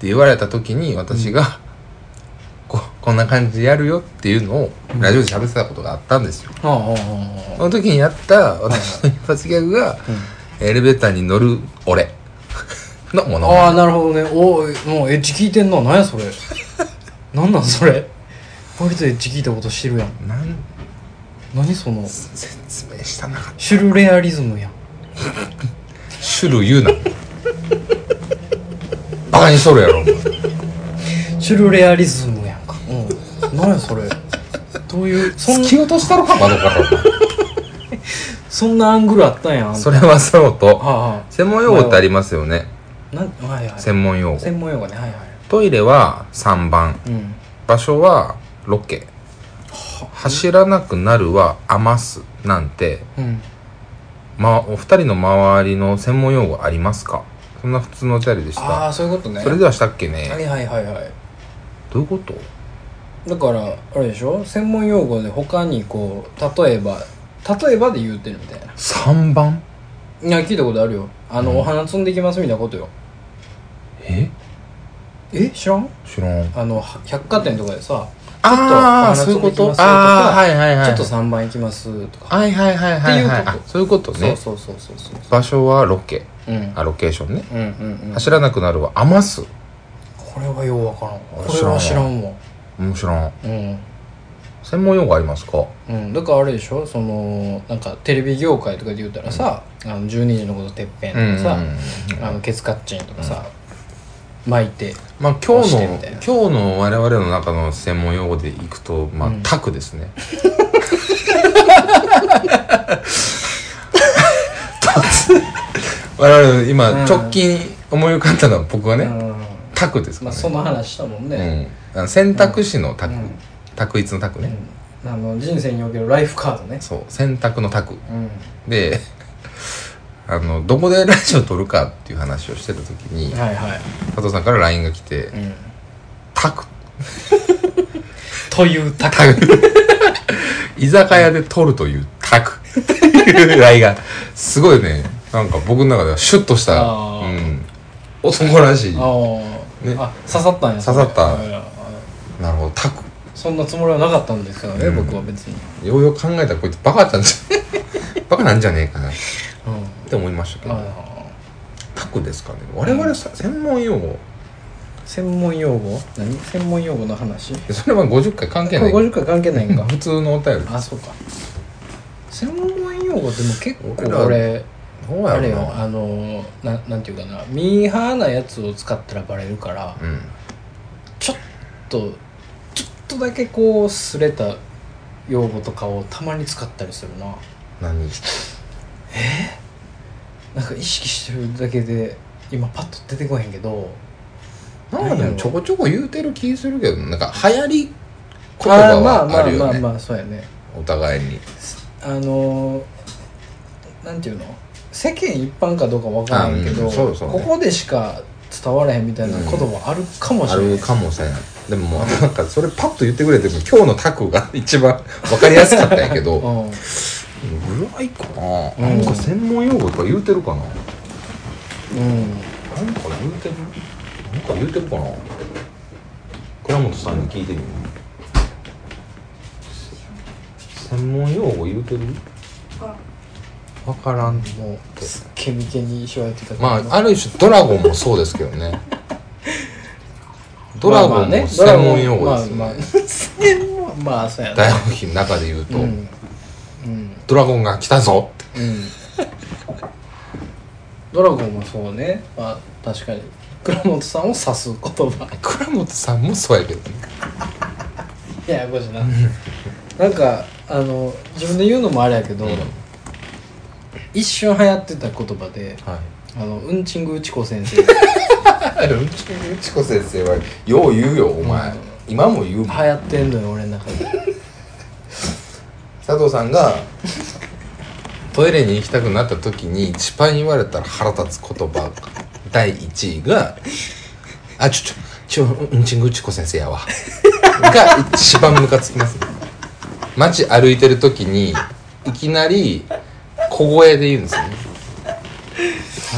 [SPEAKER 1] て言われた時に私が、こ「こんな感じでやるよ」っていうのをラジオで喋ってたことがあったんですよ、
[SPEAKER 2] ああああああ
[SPEAKER 1] その時にやった私の一発ギャグが、エレベーターに乗る俺のもの
[SPEAKER 2] ああなるほどねおーもうエッジ聞いてんな何やそれ何なんそれこいつエッジ聞いたことしてるやん
[SPEAKER 1] なん
[SPEAKER 2] 何その
[SPEAKER 1] 説明したなかっ
[SPEAKER 2] シュルレアリズムやん
[SPEAKER 1] た種類言うな バカにしとるやろお前
[SPEAKER 2] シュルレアリズムやんかうん何やそれどういうそん
[SPEAKER 1] 突き落としたろか窓からお前
[SPEAKER 2] そんなアングルあったんやんあんた
[SPEAKER 1] それはそうと
[SPEAKER 2] は
[SPEAKER 1] 専門用語ってありますよね
[SPEAKER 2] あなんはいはい
[SPEAKER 1] 専門用語
[SPEAKER 2] 専門用語ねはいはい
[SPEAKER 1] トイレは3番
[SPEAKER 2] うん
[SPEAKER 1] 場所はロケ走らなくなるは余すなんて、
[SPEAKER 2] うん
[SPEAKER 1] ま、お二人の周りの専門用語ありますかそんな普通のお便りでし
[SPEAKER 2] ああ
[SPEAKER 1] た
[SPEAKER 2] そういうことね
[SPEAKER 1] それではしたっけね、
[SPEAKER 2] はいはいはいはい
[SPEAKER 1] どういうこと
[SPEAKER 2] だからあれでしょ専門用語で他にこう例えば例えばで言うてるみたいな
[SPEAKER 1] ?3 番
[SPEAKER 2] いや聞いたことあるよあの、お花摘んできますみたいなことよ
[SPEAKER 1] え
[SPEAKER 2] え知らん
[SPEAKER 1] 知らん
[SPEAKER 2] あのは百貨店とかでさ
[SPEAKER 1] ああ
[SPEAKER 2] ち
[SPEAKER 1] そう
[SPEAKER 2] ょ
[SPEAKER 1] い
[SPEAKER 2] っ
[SPEAKER 1] う
[SPEAKER 2] とお花摘ん
[SPEAKER 1] こと
[SPEAKER 2] できますと
[SPEAKER 1] ああ
[SPEAKER 2] か
[SPEAKER 1] はいはいはい
[SPEAKER 2] ちょっと3番行きますとか
[SPEAKER 1] はいはいはいはいはい
[SPEAKER 2] っていう
[SPEAKER 1] あ
[SPEAKER 2] こと
[SPEAKER 1] そういうこと
[SPEAKER 2] そう
[SPEAKER 1] ね
[SPEAKER 2] そうそうそうそう
[SPEAKER 1] 場所はロケ
[SPEAKER 2] うんうん
[SPEAKER 1] あロケーションね
[SPEAKER 2] うんうん
[SPEAKER 1] 走らなくなるは余す
[SPEAKER 2] これはようわからん
[SPEAKER 1] あ
[SPEAKER 2] これは知らんわ
[SPEAKER 1] 面白い
[SPEAKER 2] うん
[SPEAKER 1] 専門用語ありますか
[SPEAKER 2] うん、だからあれでしょそのなんかテレビ業界とかで言うたらさ、あの12時のことてっぺんとかさ、あのケツカッチンとかさ、巻いて
[SPEAKER 1] まあ今日
[SPEAKER 2] して
[SPEAKER 1] の
[SPEAKER 2] みたいな
[SPEAKER 1] 今日の我々の中の専門用語でいくとまあ、
[SPEAKER 2] うん
[SPEAKER 1] タク ですね 我々の今、
[SPEAKER 2] うん
[SPEAKER 1] 直近思い浮かんだのは僕はね、
[SPEAKER 2] うん
[SPEAKER 1] タクですか
[SPEAKER 2] まあ、
[SPEAKER 1] らね、
[SPEAKER 2] その話したもんね、
[SPEAKER 1] うんあの選択肢のタク、
[SPEAKER 2] うん
[SPEAKER 1] 択一のタクね、
[SPEAKER 2] うんあの人生におけるライフカードね
[SPEAKER 1] そう選択のタク
[SPEAKER 2] うん
[SPEAKER 1] で あのどこでラジオ撮るかっていう話をしてた時に
[SPEAKER 2] はいはい、
[SPEAKER 1] 佐藤さんから LINE が来て
[SPEAKER 2] うん、
[SPEAKER 1] 「タク」
[SPEAKER 2] という高
[SPEAKER 1] タク 居酒屋で撮るというタクっていうラインがすごいねなんか僕の中ではシュッとした、
[SPEAKER 2] あ
[SPEAKER 1] う
[SPEAKER 2] ー
[SPEAKER 1] ん、男らしい
[SPEAKER 2] あ
[SPEAKER 1] な
[SPEAKER 2] ー、
[SPEAKER 1] ね
[SPEAKER 2] あ刺さったんや
[SPEAKER 1] 刺さった
[SPEAKER 2] それはい
[SPEAKER 1] るほどタク
[SPEAKER 2] そんなつもりはなかったんですけどね、
[SPEAKER 1] うん
[SPEAKER 2] 僕は別に、
[SPEAKER 1] ようよく考えたらこいつバカなんじゃ バカなんじゃねえかなっ
[SPEAKER 2] うん
[SPEAKER 1] て思いましたけど、
[SPEAKER 2] あ
[SPEAKER 1] タクですかね我々さ専門用語
[SPEAKER 2] ー専門用語何専門用語の話
[SPEAKER 1] それは50回関係ない
[SPEAKER 2] これ50回関係ないんか
[SPEAKER 1] 普通のお便り
[SPEAKER 2] あそうか専門用語でも結構
[SPEAKER 1] 俺ら
[SPEAKER 2] 俺
[SPEAKER 1] どうや
[SPEAKER 2] あ
[SPEAKER 1] ろ
[SPEAKER 2] れ
[SPEAKER 1] う
[SPEAKER 2] よ
[SPEAKER 1] な
[SPEAKER 2] あのななんていうかなミーハーなやつを使ったらバレるから
[SPEAKER 1] うん
[SPEAKER 2] ちょっとちょっとだけこうすれた用語とかをたまに使ったりするな
[SPEAKER 1] 何
[SPEAKER 2] なんか意識してるだけで今パッと出てこへんけど
[SPEAKER 1] なんかでもちょこちょこ言うてる気するけどなんか流行り言葉
[SPEAKER 2] あーまあま
[SPEAKER 1] はあ
[SPEAKER 2] あ
[SPEAKER 1] る
[SPEAKER 2] ま
[SPEAKER 1] よ
[SPEAKER 2] あ
[SPEAKER 1] ね
[SPEAKER 2] まあそうやね
[SPEAKER 1] お互いに
[SPEAKER 2] あのなんていうの世間一般かどうかわからんけ
[SPEAKER 1] あ
[SPEAKER 2] ど、
[SPEAKER 1] うんそうそうね
[SPEAKER 2] ここでしか伝わらへんみたいな言葉あるかもし
[SPEAKER 1] あ
[SPEAKER 2] れない、
[SPEAKER 1] るかもしれないでももうなんかそれパッと言ってくれても今日のタクが一番分かりやすかったんやけどぐ
[SPEAKER 2] うん
[SPEAKER 1] らいかな、
[SPEAKER 2] うん
[SPEAKER 1] なんか専門用語とか言うてるかななんか
[SPEAKER 2] うん
[SPEAKER 1] 言うてるなんか言うてるかな倉本さんに聞いてみよう専門用語言うてる分からんもう
[SPEAKER 2] すっげえ眉間にしわ寄ってたけど
[SPEAKER 1] まあある種ドラゴンもそうですけど ねドラゴンも専門用語ですよ
[SPEAKER 2] まあまあ
[SPEAKER 1] ね
[SPEAKER 2] ね専 門まあそうやな
[SPEAKER 1] 大学費の中で言うと、
[SPEAKER 2] うんうん
[SPEAKER 1] ドラゴンが来たぞって
[SPEAKER 2] うんドラゴンもそうねまあ確かに倉本さんを指す言葉
[SPEAKER 1] 倉本さんもそうやけどね
[SPEAKER 2] ややこしいななんかあの自分で言うのもあれやけど、
[SPEAKER 1] うん
[SPEAKER 2] 一瞬流行ってた言葉で
[SPEAKER 1] はい
[SPEAKER 2] あのうんちんぐうちこ先生流
[SPEAKER 1] うんちうちこ先生はよう言うよお前、
[SPEAKER 2] うん
[SPEAKER 1] 今も言うもん
[SPEAKER 2] 行ってんのよ俺の中で
[SPEAKER 1] 佐藤さんがトイレに行きたくなった時に一番言われたら腹立つ言葉第1位が「あちょちょちょうんちんぐちこ先生やわが一番ムカつきますね街歩いてる時にいきなり小声で言うんですよね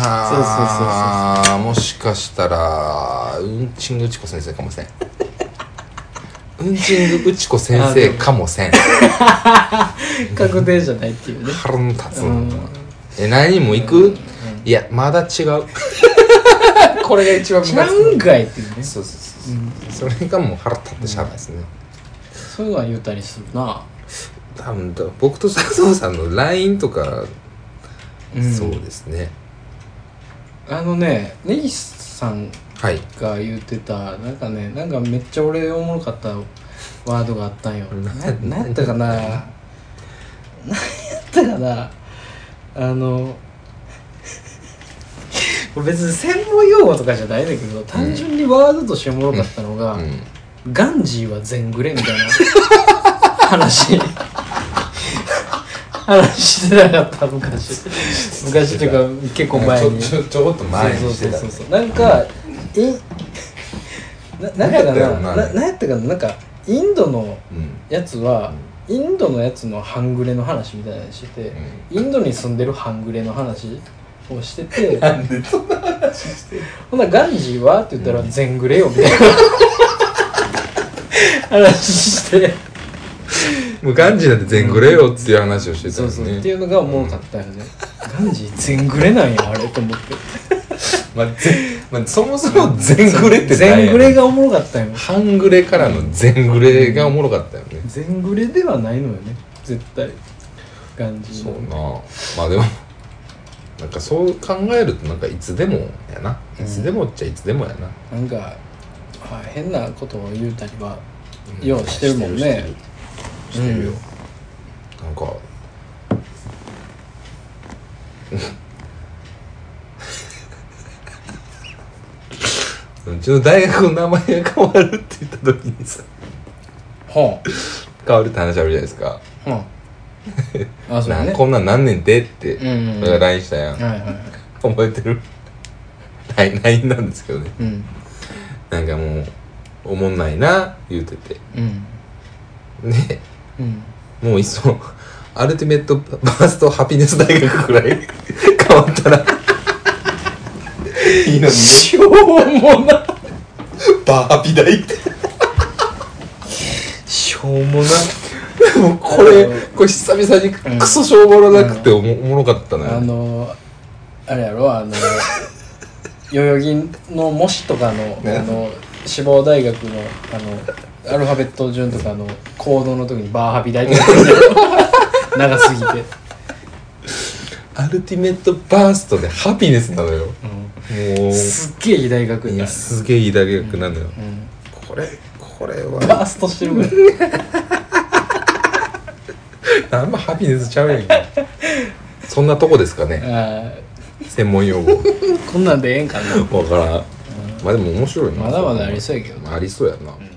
[SPEAKER 1] ああもしかしたらうんちんぐちこ先生かもせんうんちんぐうちこ先生かもせん
[SPEAKER 2] 確定じゃないっていうね
[SPEAKER 1] 腹の立つえ何も行くいやまだ違うこれが一番ム
[SPEAKER 2] ち
[SPEAKER 1] カ
[SPEAKER 2] ゃ
[SPEAKER 1] つ
[SPEAKER 2] うんかいっていうね
[SPEAKER 1] くそうそうそうそう、それがもう腹立ってしゃあないですね、
[SPEAKER 2] そういうのは言うたりするな
[SPEAKER 1] 多分だ僕と佐藤さんの LINE とか、
[SPEAKER 2] うん
[SPEAKER 1] そうですね
[SPEAKER 2] あのね根岸さん
[SPEAKER 1] はい
[SPEAKER 2] が言ってたなんかねなんかめっちゃ俺おもろかったワードがあったんよ
[SPEAKER 1] な
[SPEAKER 2] 何やったかな何やったかなあのこれ別に専門用語とかじゃないんだけど単純にワードとしておもろかったのが、
[SPEAKER 1] うん
[SPEAKER 2] ガンジーは全グレみたいな話話してなかった昔昔っていうか結構前に
[SPEAKER 1] ちょちょちょこっと前
[SPEAKER 2] そう
[SPEAKER 1] にし
[SPEAKER 2] そ
[SPEAKER 1] て
[SPEAKER 2] う
[SPEAKER 1] た
[SPEAKER 2] そうそうなんか、えななんか
[SPEAKER 1] なんやったよな
[SPEAKER 2] なななんやったかななんかインドの
[SPEAKER 1] うんうん
[SPEAKER 2] やつは、インドのやつの半グレの話みたいなのしてて、インドに住んでる半グレの話をしてて
[SPEAKER 1] なんでそんな
[SPEAKER 2] ほんならガンジーはって言ったら全グレよみたいな、話して
[SPEAKER 1] もうガンジーだって全グレよっていう話をしてた
[SPEAKER 2] そ
[SPEAKER 1] よ
[SPEAKER 2] う
[SPEAKER 1] ね
[SPEAKER 2] そうっていうのがおもろかったよね、ガンジー全グレなんやあれと思って
[SPEAKER 1] まあぜまあ、そもそも全グレって
[SPEAKER 2] 全グレ
[SPEAKER 1] が
[SPEAKER 2] がおもろかったよ
[SPEAKER 1] 半グレからの全グレがおもろかったよね、
[SPEAKER 2] 全グレではないのよね絶対ガンジー
[SPEAKER 1] そう
[SPEAKER 2] の
[SPEAKER 1] なまあでもなんかそう考えるとなんかいつでもやな、いつでもっちゃいつでもやな
[SPEAKER 2] なんか、あ、変なことを言うたりはようしてるもんね
[SPEAKER 1] してるしてるよ
[SPEAKER 2] う、
[SPEAKER 1] なんかうんうちの大学の名前が変わるって言った時にさ
[SPEAKER 2] ほ
[SPEAKER 1] 変わるって話あるじゃないですか
[SPEAKER 2] うほ うあそう
[SPEAKER 1] な
[SPEAKER 2] ね
[SPEAKER 1] んこんなん何年でって、
[SPEAKER 2] うんうんうん
[SPEAKER 1] 俺が LINE したやん、
[SPEAKER 2] はいはいはい
[SPEAKER 1] 覚えてる LINE LINE なんですけどね
[SPEAKER 2] うん
[SPEAKER 1] なんかもうおもんないな言うてて
[SPEAKER 2] うん
[SPEAKER 1] で
[SPEAKER 2] うん
[SPEAKER 1] もういっそアルティメットバーストハピネス大学くらい 変わったらいいのにね
[SPEAKER 2] しょうもな
[SPEAKER 1] バーハピ大って
[SPEAKER 2] しょうもな
[SPEAKER 1] もうこれこれ久々にクソしょうもなくておも,、おもろかったな
[SPEAKER 2] あのあれやろ あの代々木の模試とかの,、
[SPEAKER 1] ね
[SPEAKER 2] あの志望大学のあのアルファベット順とかの行動の時にバーハビ大とかやってる やろ長すぎて、
[SPEAKER 1] アルティメットバーストでハピネスなのよも
[SPEAKER 2] うん
[SPEAKER 1] う
[SPEAKER 2] すっげえいい大学
[SPEAKER 1] い
[SPEAKER 2] に
[SPEAKER 1] やすげえいい大学なのよ、
[SPEAKER 2] うん、
[SPEAKER 1] これこれ
[SPEAKER 2] バー
[SPEAKER 1] は
[SPEAKER 2] ストしてるぐらい
[SPEAKER 1] あんまハピネスちゃうやんけそんなとこですかね
[SPEAKER 2] あ
[SPEAKER 1] 専門用語
[SPEAKER 2] ーこんなんでええんかな
[SPEAKER 1] わからんまあでも面白いな
[SPEAKER 2] まだまだありそうやけどな
[SPEAKER 1] ありそうやな、
[SPEAKER 2] ん